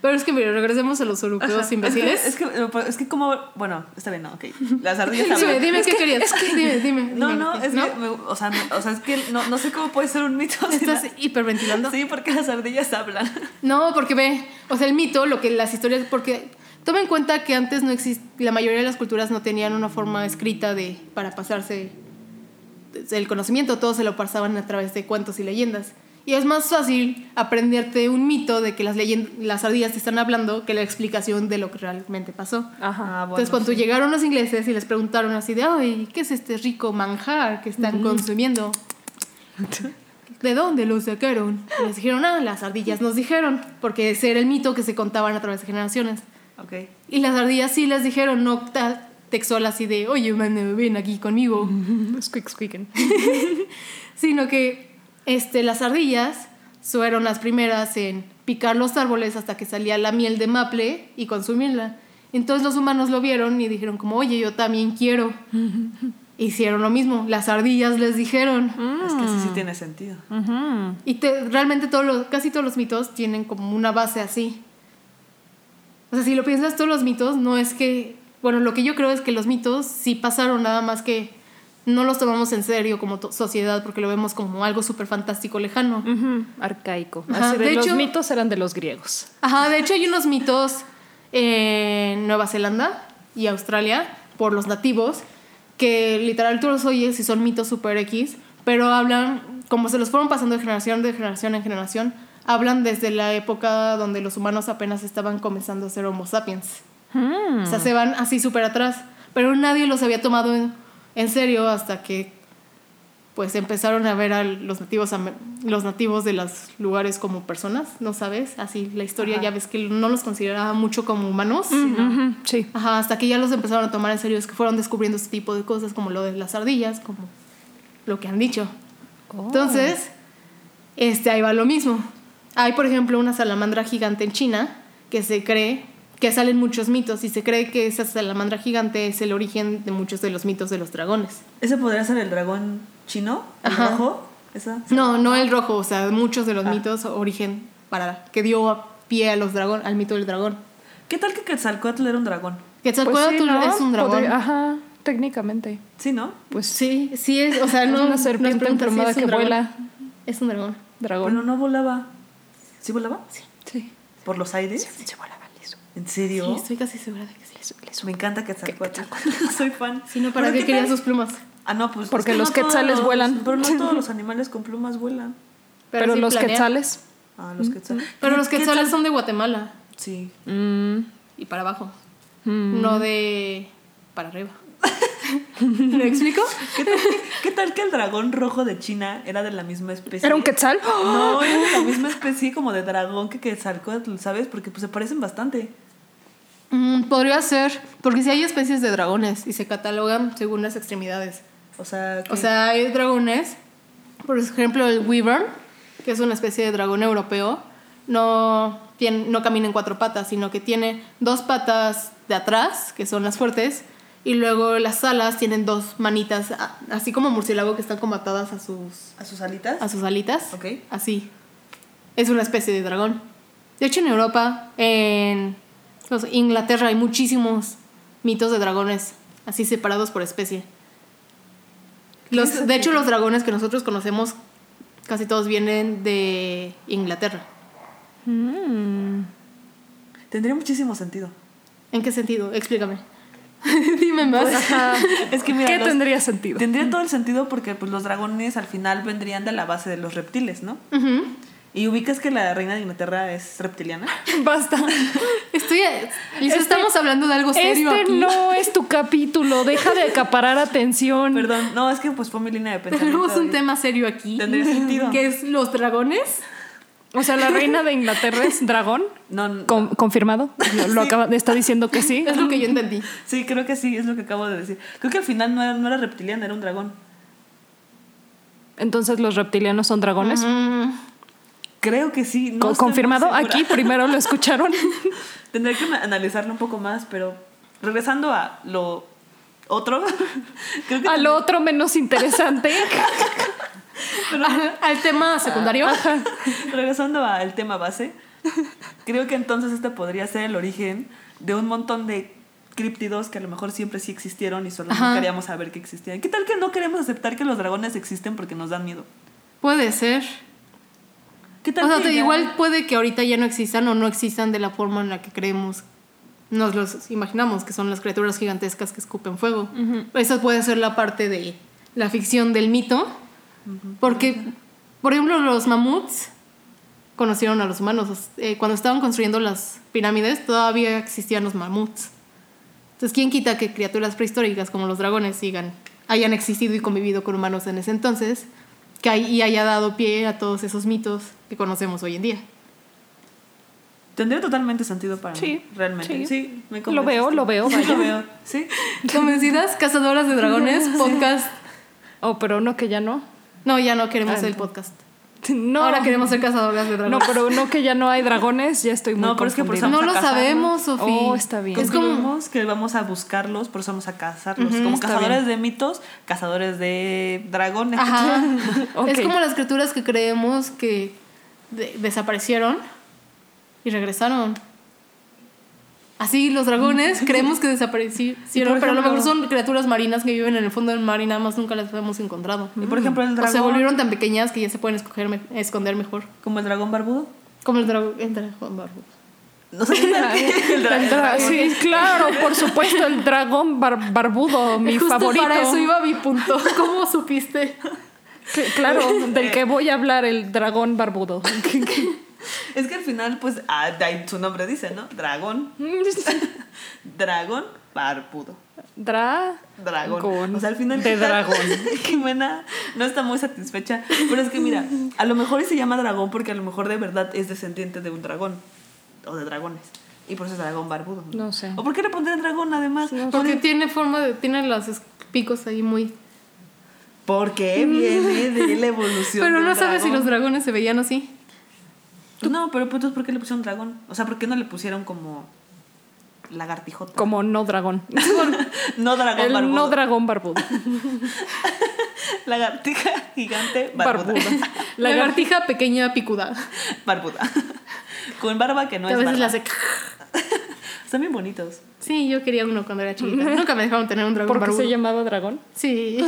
[SPEAKER 1] Pero es que, mire, regresemos a los europeos imbéciles.
[SPEAKER 3] Es que, es que, es que como... Bueno, está bien, no, ok. Las ardillas
[SPEAKER 1] Dime,
[SPEAKER 3] hablan.
[SPEAKER 1] dime qué querías. dime, dime.
[SPEAKER 3] No,
[SPEAKER 1] dime.
[SPEAKER 3] no, es que... me- o, sea, no- o sea, es que no, no sé cómo puede ser un mito. si
[SPEAKER 1] ¿Estás
[SPEAKER 3] la-
[SPEAKER 1] hiperventilando?
[SPEAKER 3] Sí, porque las ardillas hablan.
[SPEAKER 1] No, porque ve, o sea, el mito, lo que las historias, porque toma en cuenta que antes no exist, la mayoría de las culturas no tenían una forma escrita de para pasarse el conocimiento, todos se lo pasaban a través de cuentos y leyendas. Y es más fácil aprenderte un mito de que las, leyen- las ardillas te están hablando que la explicación de lo que realmente pasó.
[SPEAKER 2] Ajá.
[SPEAKER 1] Entonces, cuando llegaron los ingleses y les preguntaron así de, ay, ¿qué es este rico manjar que están consumiendo? ¿de dónde los sacaron? Y les dijeron, ah, las ardillas nos dijeron, porque ese era el mito que se contaban a través de generaciones.
[SPEAKER 3] Ok.
[SPEAKER 1] Y las ardillas sí les dijeron, no tal textual así de, oye, man, ven aquí conmigo,
[SPEAKER 2] Squeak, squeaken.
[SPEAKER 1] sino que este, las ardillas fueron las primeras en picar los árboles hasta que salía la miel de maple y consumirla. Entonces los humanos lo vieron y dijeron como, oye, yo también quiero. Hicieron lo mismo, las ardillas les dijeron.
[SPEAKER 3] Es que
[SPEAKER 1] Mm.
[SPEAKER 3] así sí tiene sentido.
[SPEAKER 2] Ujú.
[SPEAKER 1] Y te- realmente todos los- casi todos los mitos tienen como una base así. O sea, si lo piensas, todos los mitos no es que... Bueno, lo que yo creo es que los mitos sí pasaron, nada más que no los tomamos en serio como to- sociedad porque lo vemos como algo súper fantástico lejano.
[SPEAKER 2] Ujú. Arcaico.
[SPEAKER 1] Ajá,
[SPEAKER 2] Así de,
[SPEAKER 1] de
[SPEAKER 2] los
[SPEAKER 1] hecho-
[SPEAKER 2] mitos eran de los griegos.
[SPEAKER 1] Ajá, de hecho hay unos mitos en Nueva Zelanda y Australia por los nativos que literal tú los oyes y son mitos super X, pero hablan, como se los fueron pasando de generación de generación en generación, hablan desde la época donde los humanos apenas estaban comenzando a ser Homo sapiens. O sea, se van así súper atrás, pero nadie los había tomado en, en serio hasta que pues empezaron a ver a los nativos am- los nativos de los lugares como personas, ¿no sabes? Así la historia
[SPEAKER 3] Ajá.
[SPEAKER 1] ya ves que no los consideraba mucho como humanos.
[SPEAKER 2] Ujú, Sí.
[SPEAKER 1] Ajá, hasta que ya los empezaron a tomar en serio, es que fueron descubriendo este tipo de cosas como lo de las ardillas, como lo que han dicho.
[SPEAKER 2] Oh.
[SPEAKER 1] Entonces, este, ahí va lo mismo. Hay, por ejemplo, una salamandra gigante en China que se cree que salen muchos mitos y se cree que esa salamandra gigante es el origen de muchos de los mitos de los dragones.
[SPEAKER 3] ¿Ese podría ser el dragón chino? ¿El
[SPEAKER 1] Ajá.
[SPEAKER 3] rojo? ¿Esa?
[SPEAKER 1] No, no el rojo, o sea, muchos de los
[SPEAKER 2] Ah.
[SPEAKER 1] mitos origen para que dio a pie a los dragón, al mito del dragón.
[SPEAKER 3] ¿Qué tal que Quetzalcóatl era un dragón?
[SPEAKER 1] Quetzalcóatl
[SPEAKER 2] Pues sí, ¿no?
[SPEAKER 1] es un dragón.
[SPEAKER 2] Podría- ajá, técnicamente.
[SPEAKER 3] Sí, ¿no?
[SPEAKER 2] Pues
[SPEAKER 1] Sí, sí es, o sea,
[SPEAKER 2] Ah, Es
[SPEAKER 1] no
[SPEAKER 2] una
[SPEAKER 1] no
[SPEAKER 2] serpiente
[SPEAKER 1] pregunta, sí,
[SPEAKER 2] emplumada
[SPEAKER 1] es un
[SPEAKER 2] que
[SPEAKER 1] dragón.
[SPEAKER 2] vuela.
[SPEAKER 1] Es un dragón.
[SPEAKER 2] Dragón.
[SPEAKER 3] Pero no volaba. ¿Sí volaba? Sí.
[SPEAKER 2] sí.
[SPEAKER 3] ¿Por los aires?
[SPEAKER 2] Se volaba liso.
[SPEAKER 3] ¿En serio?
[SPEAKER 1] Sí, estoy casi segura de que sí.
[SPEAKER 2] liso, liso.
[SPEAKER 3] Me encanta Quetzalcóatl. Soy fan.
[SPEAKER 1] Si no, ¿para
[SPEAKER 3] Pero
[SPEAKER 1] qué quería
[SPEAKER 3] tal?
[SPEAKER 1] sus plumas?
[SPEAKER 3] Ah, no, pues.
[SPEAKER 2] Porque
[SPEAKER 3] es que
[SPEAKER 2] los
[SPEAKER 3] no todos
[SPEAKER 2] quetzales
[SPEAKER 3] los-
[SPEAKER 2] vuelan.
[SPEAKER 3] Pero no todos los animales con plumas vuelan.
[SPEAKER 2] Pero,
[SPEAKER 1] sí
[SPEAKER 2] los
[SPEAKER 1] planean.
[SPEAKER 2] quetzales.
[SPEAKER 3] Ah, los quetzales.
[SPEAKER 1] Pero los
[SPEAKER 3] ¿Qué
[SPEAKER 1] quetzales
[SPEAKER 3] tal?
[SPEAKER 1] son de Guatemala
[SPEAKER 3] Sí.
[SPEAKER 2] Mm,
[SPEAKER 1] y para abajo,
[SPEAKER 2] mm.
[SPEAKER 1] no de para arriba. ¿Me explico?
[SPEAKER 3] ¿Qué tal, qué tal que el dragón rojo de China era de la misma especie?
[SPEAKER 2] ¿Era un quetzal?
[SPEAKER 3] No, era de la misma especie como de dragón que Quetzalcóatl, ¿sabes? Porque pues se parecen bastante.
[SPEAKER 1] Mm, podría ser, porque si hay especies de dragones y se catalogan según las extremidades.
[SPEAKER 3] O sea, que-
[SPEAKER 1] O sea, hay dragones, por ejemplo, el wyvern, que es una especie de dragón europeo, no, tiene, no camina en cuatro patas, sino que tiene dos patas de atrás, que son las fuertes, y luego las alas tienen dos manitas, a- así como murciélago, que están como atadas a sus,
[SPEAKER 3] a sus alitas.
[SPEAKER 1] a sus alitas.
[SPEAKER 3] Ok.
[SPEAKER 1] Así. Es una especie de dragón. De hecho, en Europa, en pues, Inglaterra, hay muchísimos mitos de dragones, así separados por especie. Los, de hecho, los dragones que nosotros conocemos, casi todos vienen de Inglaterra.
[SPEAKER 2] Mm.
[SPEAKER 3] Tendría muchísimo sentido.
[SPEAKER 1] ¿En qué sentido? Explícame. Dime más.
[SPEAKER 2] Pues,
[SPEAKER 3] Pues,
[SPEAKER 2] Ajá.
[SPEAKER 3] Es que mira,
[SPEAKER 2] ¿Qué
[SPEAKER 3] los-
[SPEAKER 2] tendría sentido?
[SPEAKER 3] Tendría todo el sentido porque pues los dragones al final vendrían de la base de los reptiles, ¿no?
[SPEAKER 1] Ujú.
[SPEAKER 3] Y ubicas que la reina de Inglaterra es reptiliana.
[SPEAKER 2] Basta.
[SPEAKER 1] Estoy, Lisa,
[SPEAKER 2] Este-
[SPEAKER 1] estamos hablando de algo serio.
[SPEAKER 2] Este
[SPEAKER 1] aquí.
[SPEAKER 2] no es tu capítulo. Deja de acaparar atención.
[SPEAKER 3] Perdón, no, es que pues fue mi línea de pensamiento.
[SPEAKER 1] Tenemos un
[SPEAKER 3] y-
[SPEAKER 1] tema serio aquí.
[SPEAKER 3] Tendría sentido.
[SPEAKER 1] Que es los dragones.
[SPEAKER 2] O sea, la reina de Inglaterra es dragón.
[SPEAKER 3] No, no,
[SPEAKER 2] Con- confirmado. Lo, lo
[SPEAKER 3] Sí.
[SPEAKER 2] acaba- está diciendo que sí.
[SPEAKER 1] Es lo que yo entendí.
[SPEAKER 3] sí, creo que sí, es lo que acabo de decir. Creo que al final no era, no era reptiliana, era un dragón.
[SPEAKER 2] Entonces los reptilianos son dragones.
[SPEAKER 1] Mm.
[SPEAKER 3] Creo que sí. no
[SPEAKER 2] Co-
[SPEAKER 3] estoy muy
[SPEAKER 2] confirmado.
[SPEAKER 3] segura.
[SPEAKER 2] Aquí primero lo escucharon.
[SPEAKER 3] Tendré que ma- analizarlo un poco más, pero regresando a lo otro, creo que
[SPEAKER 2] Al otro menos interesante.
[SPEAKER 1] al, al tema secundario.
[SPEAKER 3] Regresando al tema base, creo que entonces este podría ser el origen de un montón de críptidos que a lo mejor siempre sí existieron y solo
[SPEAKER 1] Ajá.
[SPEAKER 3] no queríamos saber que existían. ¿Qué tal que no queremos aceptar que los dragones existen porque nos dan miedo?
[SPEAKER 1] Puede ser.
[SPEAKER 3] ¿Qué tal
[SPEAKER 1] O sea,
[SPEAKER 3] que
[SPEAKER 1] te-
[SPEAKER 3] ya-
[SPEAKER 1] igual puede que ahorita ya no existan o no existan de la forma en la que creemos. Nos los imaginamos, que son las criaturas gigantescas que escupen fuego. Esa puede ser la parte de la ficción del mito. Porque, por ejemplo, los mamuts conocieron a los humanos. Eh, cuando estaban construyendo las pirámides, todavía existían los mamuts. Entonces, ¿quién quita que criaturas prehistóricas como los dragones sigan, hayan existido y convivido con humanos en ese entonces? que hay, y haya dado pie a todos esos mitos que conocemos hoy en día.
[SPEAKER 3] Tendría totalmente sentido para mí.
[SPEAKER 2] Sí,
[SPEAKER 3] Realmente. Sí,
[SPEAKER 2] sí.
[SPEAKER 3] me
[SPEAKER 2] Lo veo, lo veo,
[SPEAKER 3] convences.
[SPEAKER 2] vaya.
[SPEAKER 3] Lo veo. Sí.
[SPEAKER 1] Convencidas, cazadoras de dragones, podcast.
[SPEAKER 2] Oh, pero no que ya no.
[SPEAKER 1] No, ya no queremos
[SPEAKER 2] Ah,
[SPEAKER 1] el podcast.
[SPEAKER 2] No,
[SPEAKER 1] Ahora queremos ser cazadoras de
[SPEAKER 2] No,
[SPEAKER 1] dragones.
[SPEAKER 2] pero no que ya no hay dragones, ya estoy muy
[SPEAKER 3] No, pero es que por
[SPEAKER 2] confundida.
[SPEAKER 1] No
[SPEAKER 3] vamos a
[SPEAKER 1] lo sabemos,
[SPEAKER 3] cazarlos.
[SPEAKER 1] Sofía.
[SPEAKER 2] Oh, está bien.
[SPEAKER 1] Es como.
[SPEAKER 3] Concluimos que vamos a buscarlos, por eso vamos a cazarlos.
[SPEAKER 2] Ujú,
[SPEAKER 3] Como
[SPEAKER 2] está
[SPEAKER 3] cazadores de mitos, cazadores de dragones.
[SPEAKER 1] Ajá.
[SPEAKER 2] Ok.
[SPEAKER 1] Es como las criaturas que creemos que de- desaparecieron y regresaron. Así los dragones creemos que
[SPEAKER 3] Y por
[SPEAKER 1] desaparecieron,
[SPEAKER 3] ejemplo-
[SPEAKER 1] pero a lo mejor son criaturas marinas que viven en el fondo del mar y nada más nunca las hemos encontrado.
[SPEAKER 3] Y por ejemplo, el
[SPEAKER 1] O se
[SPEAKER 3] dragón.
[SPEAKER 1] volvieron tan pequeñas que ya se pueden escoger me- esconder mejor.
[SPEAKER 3] como el dragón barbudo.
[SPEAKER 1] Como el dragón. el dragón barbudo.
[SPEAKER 3] No sé el dra-
[SPEAKER 2] El
[SPEAKER 3] el
[SPEAKER 2] dra-
[SPEAKER 3] dragón.
[SPEAKER 2] sí, claro, por supuesto, el dragón bar- barbudo, mi
[SPEAKER 1] Justo
[SPEAKER 2] favorito.
[SPEAKER 1] Para eso iba mi punto. ¿Cómo supiste?
[SPEAKER 2] Que- Claro, del que voy a hablar, el dragón barbudo.
[SPEAKER 3] Es que al final, pues, ah, de ahí su nombre dice, ¿no? Dragón. Dragón barbudo.
[SPEAKER 2] Dra.
[SPEAKER 3] Dragón.
[SPEAKER 2] Con-
[SPEAKER 3] o sea, al final.
[SPEAKER 2] de
[SPEAKER 3] Jimena-
[SPEAKER 2] dragón.
[SPEAKER 3] Jimena no está muy satisfecha. Pero es que mira, a lo mejor y se llama dragón porque a lo mejor de verdad es descendiente de un dragón. O de dragones. Y por eso es dragón barbudo.
[SPEAKER 2] No sé.
[SPEAKER 3] ¿O por qué le pondrían dragón además?
[SPEAKER 1] Porque tiene forma de. Tiene los es- picos ahí muy.
[SPEAKER 3] Porque viene de la evolución.
[SPEAKER 1] Pero
[SPEAKER 3] del
[SPEAKER 1] no sabes si
[SPEAKER 3] dragón.
[SPEAKER 1] los dragones se veían así.
[SPEAKER 3] No, pero pues, entonces, ¿por qué le pusieron dragón? O sea, ¿por qué no le pusieron como lagartijota?
[SPEAKER 2] Como no dragón.
[SPEAKER 3] No dragón
[SPEAKER 2] El
[SPEAKER 3] barbudo.
[SPEAKER 2] no dragón barbudo.
[SPEAKER 3] Lagartija gigante barbuda.
[SPEAKER 2] Barbudo. Lagartija.
[SPEAKER 1] Lagartija pequeña picuda.
[SPEAKER 3] Barbuda. Con barba que no
[SPEAKER 1] Que a
[SPEAKER 3] es
[SPEAKER 1] veces la
[SPEAKER 3] barba.
[SPEAKER 1] hace.
[SPEAKER 3] Están bien bonitos.
[SPEAKER 1] Sí, yo quería uno cuando era chiquita. Nunca me dejaron tener un dragón
[SPEAKER 2] ¿Por qué
[SPEAKER 1] barbudo.
[SPEAKER 2] se llamaba dragón?
[SPEAKER 1] Sí,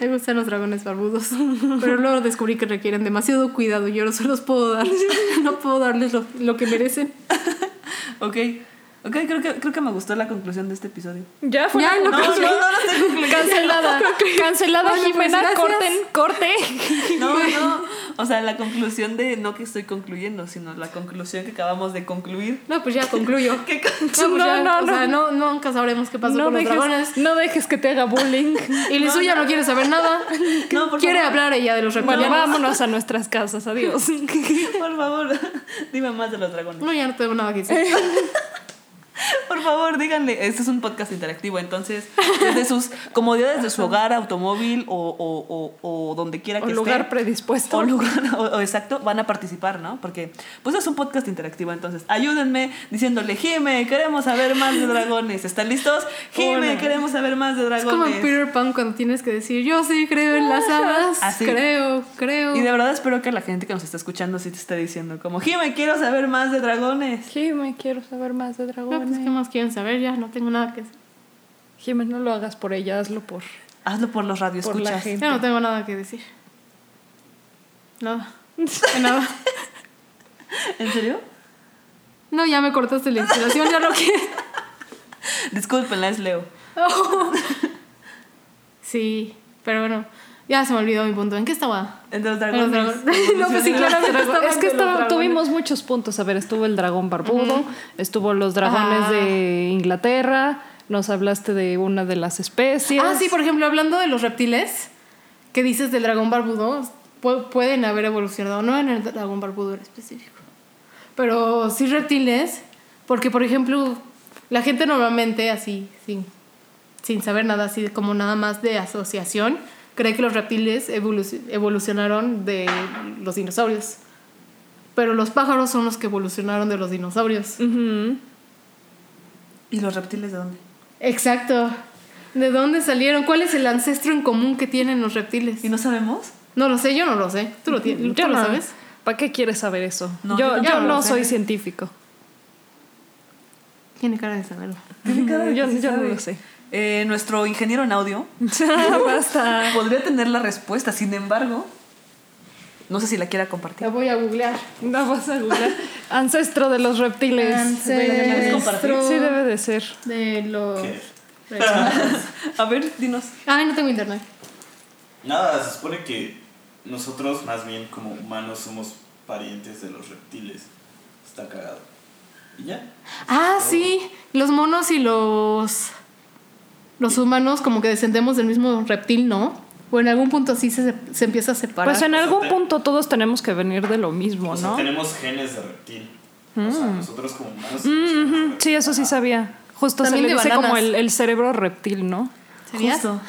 [SPEAKER 1] me gustan los dragones barbudos. Pero luego descubrí que requieren demasiado cuidado. y Yo no se los puedo dar. No puedo darles lo, lo que merecen.
[SPEAKER 3] Ok. Ok, creo que, creo que me gustó la conclusión de este episodio.
[SPEAKER 2] Ya fue.
[SPEAKER 1] Ya, no
[SPEAKER 2] la
[SPEAKER 3] No, no,
[SPEAKER 2] conclusión.
[SPEAKER 3] no lo estoy concluyendo.
[SPEAKER 2] Cancelada. Cancelada,
[SPEAKER 1] Bueno, pues,
[SPEAKER 2] Jimena.
[SPEAKER 1] gracias.
[SPEAKER 2] corten, corte.
[SPEAKER 3] No, no. O sea, la conclusión de no que estoy concluyendo, sino la conclusión que acabamos de concluir.
[SPEAKER 1] No, pues ya concluyo.
[SPEAKER 3] ¿Qué con-
[SPEAKER 1] No, pues
[SPEAKER 2] No,
[SPEAKER 1] ya,
[SPEAKER 2] no,
[SPEAKER 1] o sea,
[SPEAKER 2] no.
[SPEAKER 1] no, nunca sabremos qué pasó
[SPEAKER 2] No
[SPEAKER 1] con los
[SPEAKER 2] dejes,
[SPEAKER 1] dragones.
[SPEAKER 2] no dejes que te haga bullying.
[SPEAKER 1] Y Lizu ya no quiere saber nada.
[SPEAKER 3] No, por
[SPEAKER 1] Quiere
[SPEAKER 3] favor.
[SPEAKER 1] hablar ella de los
[SPEAKER 2] Bueno,
[SPEAKER 1] reptilianos.
[SPEAKER 2] vámonos a nuestras casas. Adiós.
[SPEAKER 3] Por favor, dime más de los dragones.
[SPEAKER 1] No, ya no tengo nada que decir.
[SPEAKER 3] Por favor, díganle. Este es un podcast interactivo, entonces, desde sus comodidades de su hogar, automóvil o, o- o- o donde quiera
[SPEAKER 2] O
[SPEAKER 3] que
[SPEAKER 2] lugar
[SPEAKER 3] esté.
[SPEAKER 2] predispuesto.
[SPEAKER 3] O lugar, o- o exacto, van a participar, ¿no? Porque, pues es un podcast interactivo, entonces, ayúdenme diciéndole, Jime, queremos saber más de dragones. ¿Están listos? Jime,
[SPEAKER 1] Hola.
[SPEAKER 3] queremos saber más de
[SPEAKER 1] Es como
[SPEAKER 3] dragones.
[SPEAKER 1] en Peter Pan cuando tienes que decir, yo sí creo en las hadas.
[SPEAKER 3] Así.
[SPEAKER 1] Creo, creo.
[SPEAKER 3] Ah, y de verdad espero que la gente que nos está escuchando sí te esté diciendo como, Jime, quiero saber más de dragones.
[SPEAKER 2] Jimé, quiero saber más de
[SPEAKER 1] No, pues,
[SPEAKER 2] dragones.
[SPEAKER 1] ¿qué más quieren saber? Ya no tengo nada que decir.
[SPEAKER 2] Jimé, no lo hagas por ella, hazlo por.
[SPEAKER 3] Hazlo por los radioescuchas.
[SPEAKER 2] Por la gente.
[SPEAKER 1] Ya no tengo nada que decir. Nada. De nada.
[SPEAKER 3] ¿En serio?
[SPEAKER 1] No, ya me cortaste la inspiración, ya no quiero.
[SPEAKER 3] Disculpenla, es Leo.
[SPEAKER 1] Sí, pero bueno, ya se me olvidó mi punto. ¿En qué estaba?
[SPEAKER 3] Entre los
[SPEAKER 1] En los
[SPEAKER 3] dragones.
[SPEAKER 1] dragones. No, pues sí, claramente estaban
[SPEAKER 2] Es que
[SPEAKER 1] de los
[SPEAKER 2] estaba-
[SPEAKER 1] dragones.
[SPEAKER 2] tuvimos muchos puntos. A ver, estuvo el dragón barbudo, estuvo los dragones
[SPEAKER 1] Ah.
[SPEAKER 2] de Inglaterra, nos hablaste de una de las especies.
[SPEAKER 1] Ah, sí, por ejemplo, hablando de los reptiles, que dices del dragón barbudo, pu- pueden haber evolucionado, no en el dragón barbudo en específico, pero sí reptiles, porque por ejemplo, la gente normalmente así, sin, sin saber nada, así como nada más de asociación, cree que los reptiles evoluc- evolucionaron de los dinosaurios. Pero los pájaros son los que evolucionaron de los dinosaurios.
[SPEAKER 2] Ujú.
[SPEAKER 3] ¿Y los reptiles de dónde?
[SPEAKER 1] Exacto. ¿De dónde salieron? ¿Cuál es el ancestro en común que tienen los reptiles?
[SPEAKER 3] ¿Y no sabemos?
[SPEAKER 1] No lo sé, yo no lo sé. ¿Tú lo, tienes,
[SPEAKER 2] Yo
[SPEAKER 1] ¿tú lo
[SPEAKER 2] no-
[SPEAKER 1] sabes?
[SPEAKER 2] ¿Para qué quieres saber eso?
[SPEAKER 3] No,
[SPEAKER 2] yo
[SPEAKER 3] yo
[SPEAKER 2] yo
[SPEAKER 1] no
[SPEAKER 2] no
[SPEAKER 1] lo sé.
[SPEAKER 2] soy científico.
[SPEAKER 1] Tiene cara de saberlo.
[SPEAKER 3] Tiene cara de
[SPEAKER 2] Yo-
[SPEAKER 3] que sí
[SPEAKER 2] yo no
[SPEAKER 3] sabe.
[SPEAKER 2] lo sé.
[SPEAKER 3] Eh, nuestro ingeniero en audio
[SPEAKER 2] Basta.
[SPEAKER 3] podría tener la respuesta, sin embargo, no sé si la quiera
[SPEAKER 1] La
[SPEAKER 3] compartir.
[SPEAKER 1] voy a googlear.
[SPEAKER 2] No vas a googlear. Ancestro de los reptiles.
[SPEAKER 1] Ancestro
[SPEAKER 2] Sí, debe de ser.
[SPEAKER 1] de los...
[SPEAKER 4] ¿Qué?
[SPEAKER 1] reptiles.
[SPEAKER 3] A ver, dinos.
[SPEAKER 1] Ay, no tengo internet.
[SPEAKER 4] Nada, se supone que nosotros, más bien como humanos, somos parientes de los reptiles. Está cagado. ¿Y ya?
[SPEAKER 1] Ah, sí. Los monos y los... Los humanos como que descendemos del mismo reptil, ¿no? O en algún punto sí se, se empieza a separar.
[SPEAKER 2] Pues en
[SPEAKER 4] O sea,
[SPEAKER 2] algún
[SPEAKER 4] te-
[SPEAKER 2] punto todos tenemos que venir de lo mismo,
[SPEAKER 3] Pues
[SPEAKER 4] O sea,
[SPEAKER 2] ¿no?
[SPEAKER 4] tenemos genes de reptil. O sea, nosotros como humanos.
[SPEAKER 2] Mm, ujú, Sí, eso sí sabía. Justo se
[SPEAKER 1] También
[SPEAKER 2] le
[SPEAKER 1] de
[SPEAKER 2] dice
[SPEAKER 1] bananas.
[SPEAKER 2] como el, el cerebro reptil, ¿no?
[SPEAKER 1] ¿Serías?
[SPEAKER 3] Justo.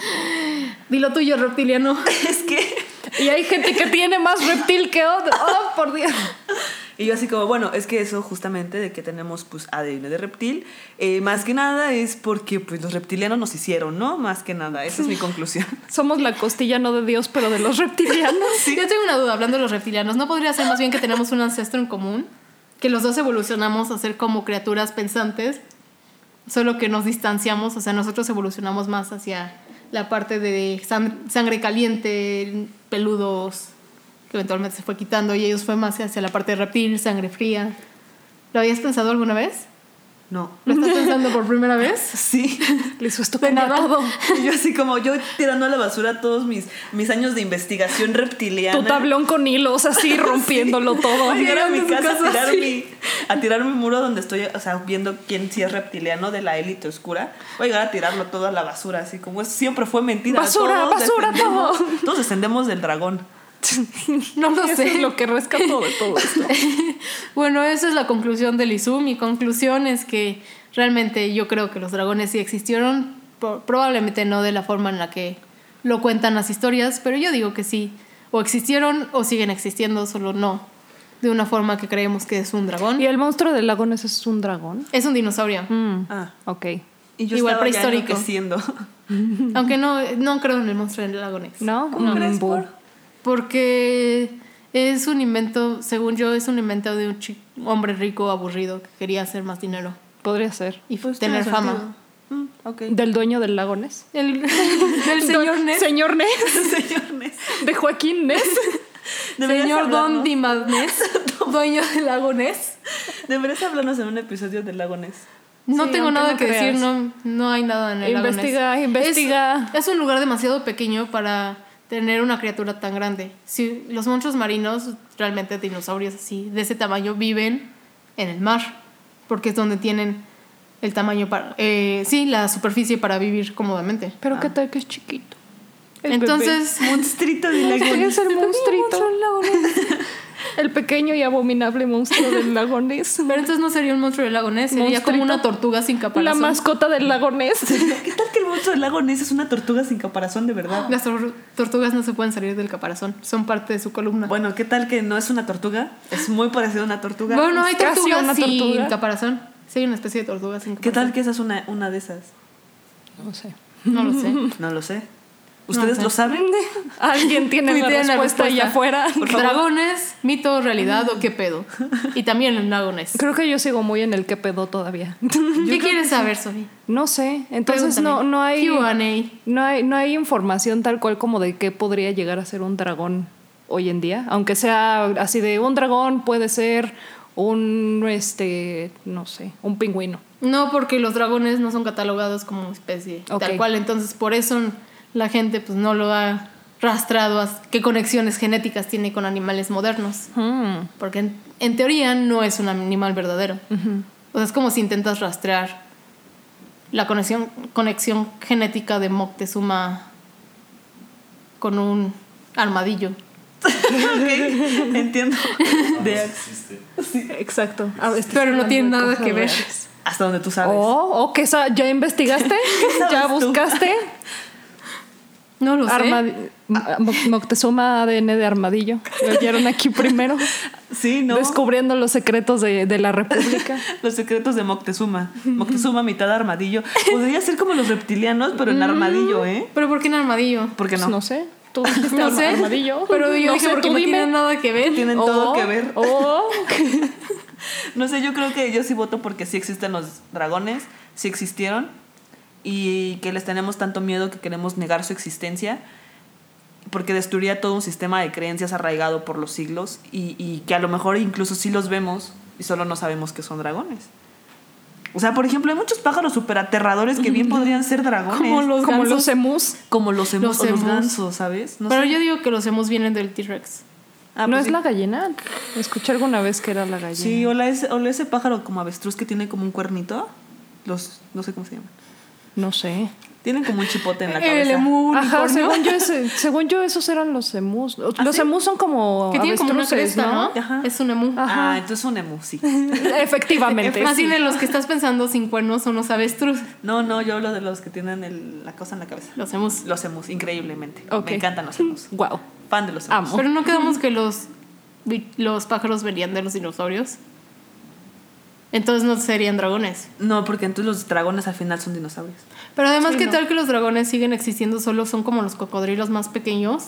[SPEAKER 1] Dilo tuyo, reptiliano.
[SPEAKER 3] Es que.
[SPEAKER 2] Y hay gente que tiene más reptil que otro. Oh, por Dios.
[SPEAKER 3] Y yo así como, bueno, es que eso justamente de que tenemos pues ADN de reptil, eh, más que nada es porque pues los reptilianos nos hicieron, ¿no? Más que nada, esa es mi conclusión.
[SPEAKER 2] Somos la costilla no de Dios, pero de los reptilianos.
[SPEAKER 1] Yo tengo una duda, hablando de los reptilianos, ¿no podría ser más bien que tenemos un ancestro en común? Que los dos evolucionamos a ser como criaturas pensantes, solo que nos distanciamos, o sea, nosotros evolucionamos más hacia la parte de sang- sangre caliente, peludos, que eventualmente se fue quitando, y ellos fue más hacia la parte de reptil, sangre fría. ¿Lo habías pensado alguna vez?
[SPEAKER 3] No.
[SPEAKER 1] ¿Lo estás pensando por primera vez?
[SPEAKER 3] Sí.
[SPEAKER 2] Les gustó
[SPEAKER 1] De nada.
[SPEAKER 3] Y yo así como, yo tirando a la basura todos mis, mis años de investigación reptiliana.
[SPEAKER 2] Tu tablón con hilos así rompiéndolo todo.
[SPEAKER 3] Voy a ir a mi
[SPEAKER 1] Llegando a su
[SPEAKER 3] casa a
[SPEAKER 1] casa
[SPEAKER 3] tirar,
[SPEAKER 1] así.
[SPEAKER 3] mi, a tirar mi muro donde estoy, o sea, viendo quién sí es reptiliano de la élite oscura. Voy a llegar a tirarlo todo a la basura, así como es- siempre fue mentira.
[SPEAKER 2] Basura, basura,
[SPEAKER 3] descendemos-
[SPEAKER 2] todo.
[SPEAKER 3] Todos descendemos del dragón.
[SPEAKER 2] No lo
[SPEAKER 1] Eso
[SPEAKER 2] sé.
[SPEAKER 1] es
[SPEAKER 2] lo que rescató de todo esto.
[SPEAKER 1] Bueno, esa es la conclusión del ISU. Mi conclusión es que realmente yo creo que los dragones sí existieron, Pro- probablemente no de la forma en la que lo cuentan las historias, pero yo digo que sí. O existieron o siguen existiendo, solo no de una forma que creemos que es un dragón.
[SPEAKER 2] ¿Y el monstruo del lago no es un dragón?
[SPEAKER 1] Es un dinosaurio,
[SPEAKER 2] Mm,
[SPEAKER 3] Ah.
[SPEAKER 2] ok.
[SPEAKER 3] Y yo
[SPEAKER 1] Igual
[SPEAKER 3] estaba ya
[SPEAKER 1] prehistórico.
[SPEAKER 3] enloqueciendo.
[SPEAKER 1] aunque no, no creo en el monstruo del lago Ness.
[SPEAKER 2] ¿No?
[SPEAKER 3] ¿Cómo
[SPEAKER 2] Mm,
[SPEAKER 3] crees,
[SPEAKER 2] bu.
[SPEAKER 3] Por?
[SPEAKER 1] Porque es un invento, según yo, es un invento de un chi- hombre rico aburrido que quería hacer más dinero
[SPEAKER 2] Podría ser.
[SPEAKER 1] y
[SPEAKER 3] Pues tiene
[SPEAKER 1] tener fama.
[SPEAKER 3] sentido. Mm, ok.
[SPEAKER 2] ¿Del dueño del lago Ness?
[SPEAKER 1] El, del señor
[SPEAKER 2] Don-
[SPEAKER 1] Ness.
[SPEAKER 2] Señor Ness.
[SPEAKER 3] Señor Ness.
[SPEAKER 2] De Joaquín Ness.
[SPEAKER 3] Deberías
[SPEAKER 1] Señor Don
[SPEAKER 3] hablarnos-
[SPEAKER 1] Dimadnés, dueño del lago Ness.
[SPEAKER 3] Deberías hablarnos en un episodio del lago Ness.
[SPEAKER 1] No
[SPEAKER 2] Sí,
[SPEAKER 1] tengo
[SPEAKER 2] aunque
[SPEAKER 1] nada
[SPEAKER 2] no
[SPEAKER 1] que
[SPEAKER 2] creas.
[SPEAKER 1] decir, no, no hay nada en el
[SPEAKER 2] Investiga,
[SPEAKER 1] lago Ness.
[SPEAKER 2] investiga.
[SPEAKER 1] Es, es un lugar demasiado pequeño para tener una criatura tan grande. Sí, los monstruos marinos, realmente dinosaurios así, de ese tamaño, viven en el mar, porque es donde tienen el tamaño para... eh, sí, la superficie para vivir cómodamente.
[SPEAKER 2] Pero
[SPEAKER 3] Ah.
[SPEAKER 2] qué tal que es chiquito. El
[SPEAKER 1] Entonces,
[SPEAKER 3] Monstrito del lago
[SPEAKER 2] bebé. es
[SPEAKER 3] Ness.
[SPEAKER 2] el monstruito. El pequeño y abominable monstruo del lago Ness.
[SPEAKER 1] pero entonces no sería un monstruo del lago Ness, sería como
[SPEAKER 2] Monstruito.
[SPEAKER 1] una tortuga sin caparazón.
[SPEAKER 2] La mascota del lago Ness.
[SPEAKER 3] ¿Qué tal que el monstruo del lago Ness es una tortuga sin caparazón de verdad?
[SPEAKER 1] Las tor- tortugas no se pueden salir del caparazón, son parte de su columna. Bueno,
[SPEAKER 3] Bueno, ¿qué tal que no es una tortuga? Es muy parecido a una tortuga.
[SPEAKER 1] hay
[SPEAKER 2] es casi
[SPEAKER 1] tortugas
[SPEAKER 2] una
[SPEAKER 1] sin
[SPEAKER 2] tortuga.
[SPEAKER 1] caparazón. Sí, hay una especie de tortuga sin
[SPEAKER 3] ¿Qué
[SPEAKER 1] caparazón.
[SPEAKER 3] tal que esa es una, una de esas?
[SPEAKER 2] No sé.
[SPEAKER 1] No lo sé.
[SPEAKER 3] No lo sé. ¿Ustedes
[SPEAKER 1] No sé.
[SPEAKER 3] lo saben?
[SPEAKER 2] Alguien tiene la
[SPEAKER 1] Tuiteen la
[SPEAKER 2] respuesta allá
[SPEAKER 1] respuesta.
[SPEAKER 2] afuera.
[SPEAKER 1] ¿Dragones, mito, realidad o qué pedo? Y también el dragones.
[SPEAKER 2] Creo que yo sigo muy en el que pedo todavía.
[SPEAKER 1] ¿Qué quieres saber, Sofi?
[SPEAKER 2] No sé. Entonces no,
[SPEAKER 1] Pregúntame.
[SPEAKER 2] no hay.
[SPEAKER 1] Q&A.
[SPEAKER 2] No hay, no hay información tal cual como de qué podría llegar a ser un dragón hoy en día. Aunque sea así de un dragón puede ser un este no sé, un pingüino.
[SPEAKER 1] No, porque los dragones no son catalogados como especie.
[SPEAKER 2] Ok.
[SPEAKER 1] Tal cual, entonces por eso la gente pues, no lo ha rastrado a qué conexiones genéticas tiene con animales modernos.
[SPEAKER 2] Hmm.
[SPEAKER 1] Porque en, en teoría no es un animal verdadero. O sea, es como si intentas rastrear la conexión, conexión genética de Moctezuma con un armadillo.
[SPEAKER 3] Ok, entiendo.
[SPEAKER 4] De...
[SPEAKER 3] De-
[SPEAKER 4] existe.
[SPEAKER 2] Ah. Exacto. A ver,
[SPEAKER 1] Pero no
[SPEAKER 2] hablando
[SPEAKER 1] tiene
[SPEAKER 2] de
[SPEAKER 1] nada
[SPEAKER 2] cosas
[SPEAKER 1] que ver.
[SPEAKER 2] reales.
[SPEAKER 3] Hasta donde tú sabes.
[SPEAKER 2] Oh, oh, que esa- ya investigaste, ya
[SPEAKER 3] sabes tú?
[SPEAKER 2] buscaste
[SPEAKER 1] No lo sé.
[SPEAKER 2] Armadi- Mo- Moctezuma ADN de armadillo. Lo oyeron aquí primero,
[SPEAKER 3] Sí, ¿no?
[SPEAKER 2] descubriendo los secretos de, de la República.
[SPEAKER 3] Los secretos de Moctezuma. Moctezuma, mitad armadillo. Podría ser como los reptilianos, pero en armadillo, ¿é?
[SPEAKER 1] ¿Pero por qué un armadillo?
[SPEAKER 3] ¿Por qué
[SPEAKER 2] Pues
[SPEAKER 3] no?
[SPEAKER 2] Mm. no. sé. Tú dijiste
[SPEAKER 1] No
[SPEAKER 2] arma-
[SPEAKER 1] sé.
[SPEAKER 2] armadillo.
[SPEAKER 1] Pero yo
[SPEAKER 2] no
[SPEAKER 1] dije
[SPEAKER 2] sé,
[SPEAKER 1] porque
[SPEAKER 2] tú
[SPEAKER 1] no
[SPEAKER 2] dime.
[SPEAKER 1] tienen nada que ver.
[SPEAKER 3] Tienen
[SPEAKER 2] Oh,
[SPEAKER 3] todo que ver.
[SPEAKER 2] oh.
[SPEAKER 3] No sé, yo creo que yo sí voto porque sí existen los dragones, sí existieron y que les tenemos tanto miedo que queremos negar su existencia porque destruiría todo un sistema de creencias arraigado por los siglos y, y que a lo mejor incluso sí los vemos y solo no sabemos que son dragones. O sea, por ejemplo, hay muchos pájaros súper aterradores que bien podrían ser dragones.
[SPEAKER 1] Como los
[SPEAKER 2] Como
[SPEAKER 1] gansos.
[SPEAKER 2] los emus.
[SPEAKER 3] Como los emus
[SPEAKER 1] Los
[SPEAKER 3] o los
[SPEAKER 1] emus.
[SPEAKER 3] gansos, ¿sabes? No
[SPEAKER 1] Pero
[SPEAKER 3] sé.
[SPEAKER 1] yo digo que los hemos vienen del T-Rex.
[SPEAKER 3] Ah,
[SPEAKER 2] ¿No
[SPEAKER 3] pues
[SPEAKER 2] es
[SPEAKER 3] sí.
[SPEAKER 2] la gallina? Escuché alguna vez que era la gallina.
[SPEAKER 3] Sí, o la ese, o la ese pájaro como avestruz que tiene como un cuernito. Los, no sé cómo se llama.
[SPEAKER 2] No sé.
[SPEAKER 3] Tienen como un chipote en la
[SPEAKER 1] El
[SPEAKER 3] cabeza.
[SPEAKER 1] emu
[SPEAKER 2] Ajá,
[SPEAKER 1] unicornio.
[SPEAKER 2] según yo, ese- según yo esos eran los emus. Los
[SPEAKER 1] ¿Ah, sí?
[SPEAKER 2] emus son como
[SPEAKER 1] Que tiene como una
[SPEAKER 2] avestruces,
[SPEAKER 1] cresta, ¿no?
[SPEAKER 3] Ajá.
[SPEAKER 1] Es un emu.
[SPEAKER 3] Ah, entonces un emu, sí.
[SPEAKER 2] Efectivamente.
[SPEAKER 1] Más
[SPEAKER 2] sí.
[SPEAKER 1] bien en los que estás pensando sin cuernos son los avestruz.
[SPEAKER 3] No, no, yo hablo de los que tienen el- la cosa en la cabeza.
[SPEAKER 1] Los emus.
[SPEAKER 3] Los emus, increíblemente.
[SPEAKER 2] Ok.
[SPEAKER 3] Me encantan los emus.
[SPEAKER 2] Wow.
[SPEAKER 3] Fan de los emus.
[SPEAKER 2] Amo.
[SPEAKER 1] Pero no quedamos que los, vi- los pájaros venían de los dinosaurios. Entonces no serían dragones.
[SPEAKER 3] No, porque entonces los dragones al final son dinosaurios.
[SPEAKER 1] Pero además,
[SPEAKER 2] Sí,
[SPEAKER 1] ¿qué
[SPEAKER 2] no.
[SPEAKER 1] tal que los dragones siguen existiendo? Solo son como los cocodrilos más pequeños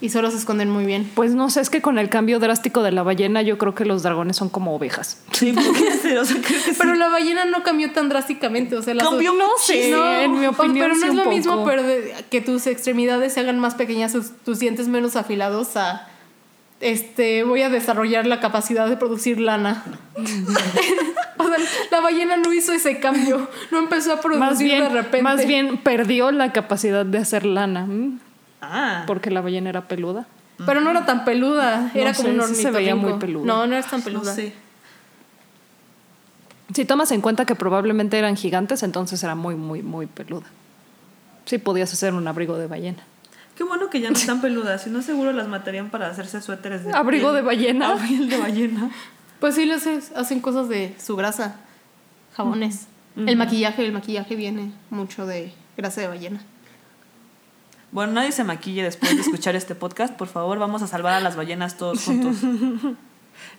[SPEAKER 1] y solo se esconden muy bien.
[SPEAKER 2] Pues no sé, es que con el cambio drástico de la ballena, yo creo que los dragones son como ovejas.
[SPEAKER 3] Sí, porque en serio, o sea, creo que sí.
[SPEAKER 1] Pero la ballena no cambió tan drásticamente. O sea, las
[SPEAKER 3] Cambió
[SPEAKER 1] no
[SPEAKER 3] muchísimo.
[SPEAKER 2] en mi
[SPEAKER 1] o- Pero
[SPEAKER 2] opinión
[SPEAKER 1] no
[SPEAKER 2] sí
[SPEAKER 1] es
[SPEAKER 2] un
[SPEAKER 1] lo mismo
[SPEAKER 2] poco.
[SPEAKER 1] perder- que tus extremidades se hagan más pequeñas, sus- tus dientes menos afilados a. Este, voy a desarrollar la capacidad de producir lana. o sea, la ballena no hizo ese cambio. No empezó a producir
[SPEAKER 2] Más bien,
[SPEAKER 1] de repente.
[SPEAKER 2] más bien perdió la capacidad de hacer lana, ¿m?
[SPEAKER 3] Ah,
[SPEAKER 2] porque la ballena era peluda.
[SPEAKER 1] Pero no era tan peluda.
[SPEAKER 2] No
[SPEAKER 1] Era como
[SPEAKER 2] sé,
[SPEAKER 1] un
[SPEAKER 2] sí
[SPEAKER 1] hornito.
[SPEAKER 2] se veía muy peluda.
[SPEAKER 1] No, no era tan
[SPEAKER 3] no
[SPEAKER 1] peluda.
[SPEAKER 3] sé.
[SPEAKER 2] Si tomas en cuenta que probablemente eran gigantes, entonces era muy, muy, muy peluda. Sí, podías hacer un abrigo de ballena.
[SPEAKER 3] Qué bueno que ya no están peludas, si no seguro las matarían para hacerse suéteres de
[SPEAKER 2] ¿Abrigo
[SPEAKER 3] piel.
[SPEAKER 2] de ballena?
[SPEAKER 3] Abrigo de ballena.
[SPEAKER 1] Pues sí, les es- hacen cosas de su grasa, jabones. El maquillaje, el maquillaje viene mucho de grasa de ballena.
[SPEAKER 3] Bueno, nadie se maquille después de escuchar este podcast, por favor, vamos a salvar a las ballenas todos juntos.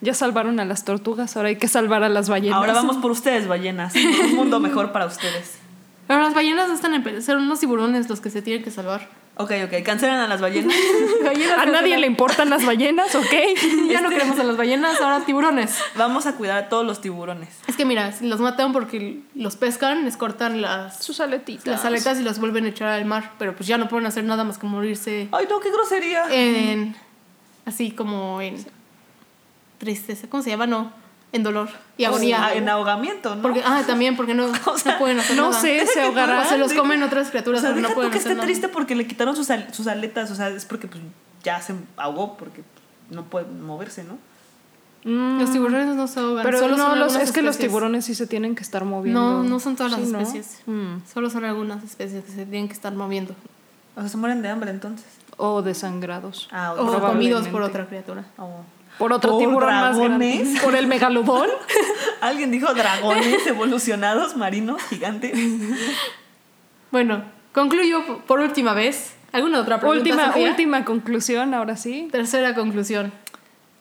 [SPEAKER 2] Ya salvaron a las tortugas, ahora hay que salvar a las ballenas.
[SPEAKER 3] Ahora vamos por ustedes, ballenas, por un mundo mejor para ustedes.
[SPEAKER 1] Pero las ballenas no están en peligro, son los tiburones los que se tienen que salvar.
[SPEAKER 3] Ok, ok, cancelan a las ballenas.
[SPEAKER 1] Ballenas
[SPEAKER 2] A
[SPEAKER 1] que
[SPEAKER 2] nadie
[SPEAKER 1] se-
[SPEAKER 2] le importan las ballenas, ¿ok?
[SPEAKER 1] Ya no queremos a las ballenas, ahora tiburones.
[SPEAKER 3] Vamos a cuidar a todos los tiburones.
[SPEAKER 1] Es que mira, si los matan porque los pescan, les cortan las,
[SPEAKER 2] Sus aletitas.
[SPEAKER 1] las aletas y los vuelven a echar al mar, pero pues ya no pueden hacer nada más que morirse
[SPEAKER 3] Ay, no, qué grosería.
[SPEAKER 1] Eh, en... Así como en... Tristeza, ¿cómo se llama? No, en dolor y agonía.
[SPEAKER 3] Ah, En ahogamiento, ¿no?
[SPEAKER 1] Porque, ah, también, porque no, no pueden hacer
[SPEAKER 2] no
[SPEAKER 1] nada.
[SPEAKER 2] sé,
[SPEAKER 3] Deja
[SPEAKER 2] se
[SPEAKER 3] que
[SPEAKER 2] ahogarán.
[SPEAKER 1] O se los
[SPEAKER 3] deja-
[SPEAKER 1] comen otras criaturas,
[SPEAKER 3] O sea,
[SPEAKER 1] pero
[SPEAKER 3] deja
[SPEAKER 1] no
[SPEAKER 3] tú
[SPEAKER 1] pueden
[SPEAKER 3] que
[SPEAKER 1] hacer
[SPEAKER 3] esté
[SPEAKER 1] nada.
[SPEAKER 3] triste porque le quitaron sus, al- sus aletas, o sea, es porque pues, ya se ahogó, porque no puede moverse, ¿no?
[SPEAKER 1] Los tiburones no se ahogan.
[SPEAKER 2] Mm, Pero
[SPEAKER 1] solo
[SPEAKER 2] no,
[SPEAKER 1] son
[SPEAKER 2] los-
[SPEAKER 1] algunas
[SPEAKER 2] es que los
[SPEAKER 1] especies.
[SPEAKER 2] tiburones sí se tienen que estar moviendo.
[SPEAKER 1] No, no son todas las
[SPEAKER 2] Sí, ¿no?
[SPEAKER 1] especies.
[SPEAKER 2] Mm.
[SPEAKER 1] Solo son algunas especies que se tienen que estar moviendo.
[SPEAKER 3] O sea, se mueren de hambre entonces.
[SPEAKER 2] O desangrados.
[SPEAKER 3] Ah,
[SPEAKER 1] O
[SPEAKER 3] probablemente.
[SPEAKER 1] comidos por otra criatura.
[SPEAKER 3] Oh.
[SPEAKER 2] Por otro
[SPEAKER 3] Por
[SPEAKER 2] tiburón más
[SPEAKER 3] dragones.
[SPEAKER 2] grande. Por el megalodón.
[SPEAKER 3] Alguien dijo dragones evolucionados, marinos, gigantes.
[SPEAKER 1] Bueno, concluyo p- por última vez. ¿Alguna otra pregunta?
[SPEAKER 2] última,
[SPEAKER 1] Sofía?
[SPEAKER 2] última conclusión, ahora sí.
[SPEAKER 1] Tercera conclusión.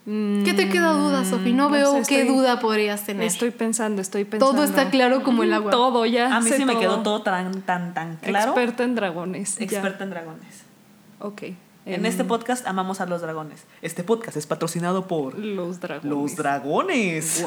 [SPEAKER 1] ¿Qué te queda duda, Sofi? No,
[SPEAKER 2] Mm, no
[SPEAKER 1] veo
[SPEAKER 2] sé,
[SPEAKER 1] qué
[SPEAKER 2] estoy-
[SPEAKER 1] duda podrías tener.
[SPEAKER 2] Estoy pensando, estoy pensando.
[SPEAKER 1] Todo está claro como el agua.
[SPEAKER 2] Todo ya.
[SPEAKER 3] A mí
[SPEAKER 2] sé
[SPEAKER 3] sí me quedó todo tan, tan, tan claro.
[SPEAKER 2] Experta en dragones. ya.
[SPEAKER 3] Experta en dragones.
[SPEAKER 2] Ok.
[SPEAKER 3] En este podcast amamos a los dragones. Este podcast es patrocinado por
[SPEAKER 2] Los dragones.
[SPEAKER 3] los dragones.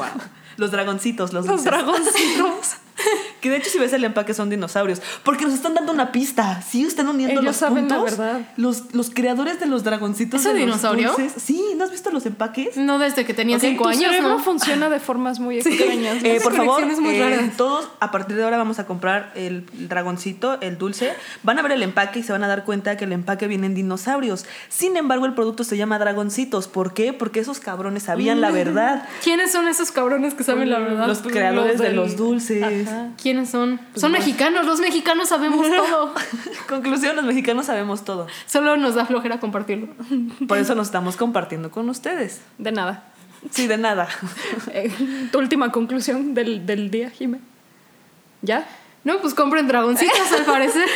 [SPEAKER 3] Los dragoncitos, los,
[SPEAKER 2] Los
[SPEAKER 3] dulces.
[SPEAKER 2] dragoncitos.
[SPEAKER 3] Que de hecho, si ves el empaque, son dinosaurios. Porque nos están dando una pista. Sí, están uniendo
[SPEAKER 2] Ellos
[SPEAKER 3] los
[SPEAKER 2] saben la
[SPEAKER 3] puntos.
[SPEAKER 2] verdad.
[SPEAKER 3] Los, los creadores de los dragoncitos.
[SPEAKER 1] ¿Es un
[SPEAKER 3] de los
[SPEAKER 1] dinosaurio?
[SPEAKER 3] dulces. Sí, ¿no has visto los empaques?
[SPEAKER 1] No desde que tenía
[SPEAKER 2] Ok,
[SPEAKER 1] cinco
[SPEAKER 2] tu
[SPEAKER 1] años,
[SPEAKER 2] cerebro
[SPEAKER 1] ¿no?
[SPEAKER 2] funciona de formas muy extrañas.
[SPEAKER 3] Eh, por favor,
[SPEAKER 1] conexiones muy
[SPEAKER 3] eh,
[SPEAKER 1] raras.
[SPEAKER 3] todos a partir de ahora vamos a comprar el dragoncito, el dulce. Van a ver el empaque y se van a dar cuenta que el empaque vienen dinosaurios. Sin embargo, el producto se llama dragoncitos. ¿Por qué? Porque esos cabrones sabían
[SPEAKER 1] Mm.
[SPEAKER 3] la verdad.
[SPEAKER 1] ¿Quiénes son esos cabrones que saben
[SPEAKER 2] Mm,
[SPEAKER 1] la verdad?
[SPEAKER 3] Los creadores de los dulces.
[SPEAKER 2] Ajá.
[SPEAKER 1] ¿Quiénes son? son mexicanos, los mexicanos sabemos todo.
[SPEAKER 3] Conclusión, los mexicanos sabemos todo.
[SPEAKER 1] Solo nos da flojera compartirlo.
[SPEAKER 3] Por eso nos estamos compartiendo con ustedes.
[SPEAKER 2] De nada.
[SPEAKER 3] Sí, de nada.
[SPEAKER 2] Eh, tu última conclusión del, del día, Jime. ¿Ya?
[SPEAKER 1] No, pues compren dragoncitos al parecer.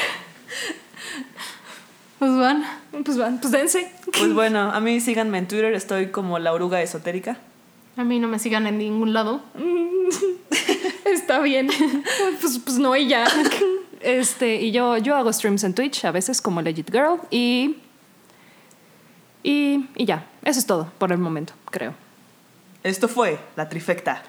[SPEAKER 1] Pues van.
[SPEAKER 2] Pues van, pues dense.
[SPEAKER 3] Pues bueno, a mí síganme en Twitter, estoy como la oruga esotérica.
[SPEAKER 1] A mí no me sigan en ningún lado.
[SPEAKER 2] Está bien. Pues, pues no, y ya. Este, y yo, yo hago streams en Twitch, a veces como Legit Girl, y, y. Y ya. Eso es todo por el momento, creo.
[SPEAKER 3] Esto fue La Trifecta.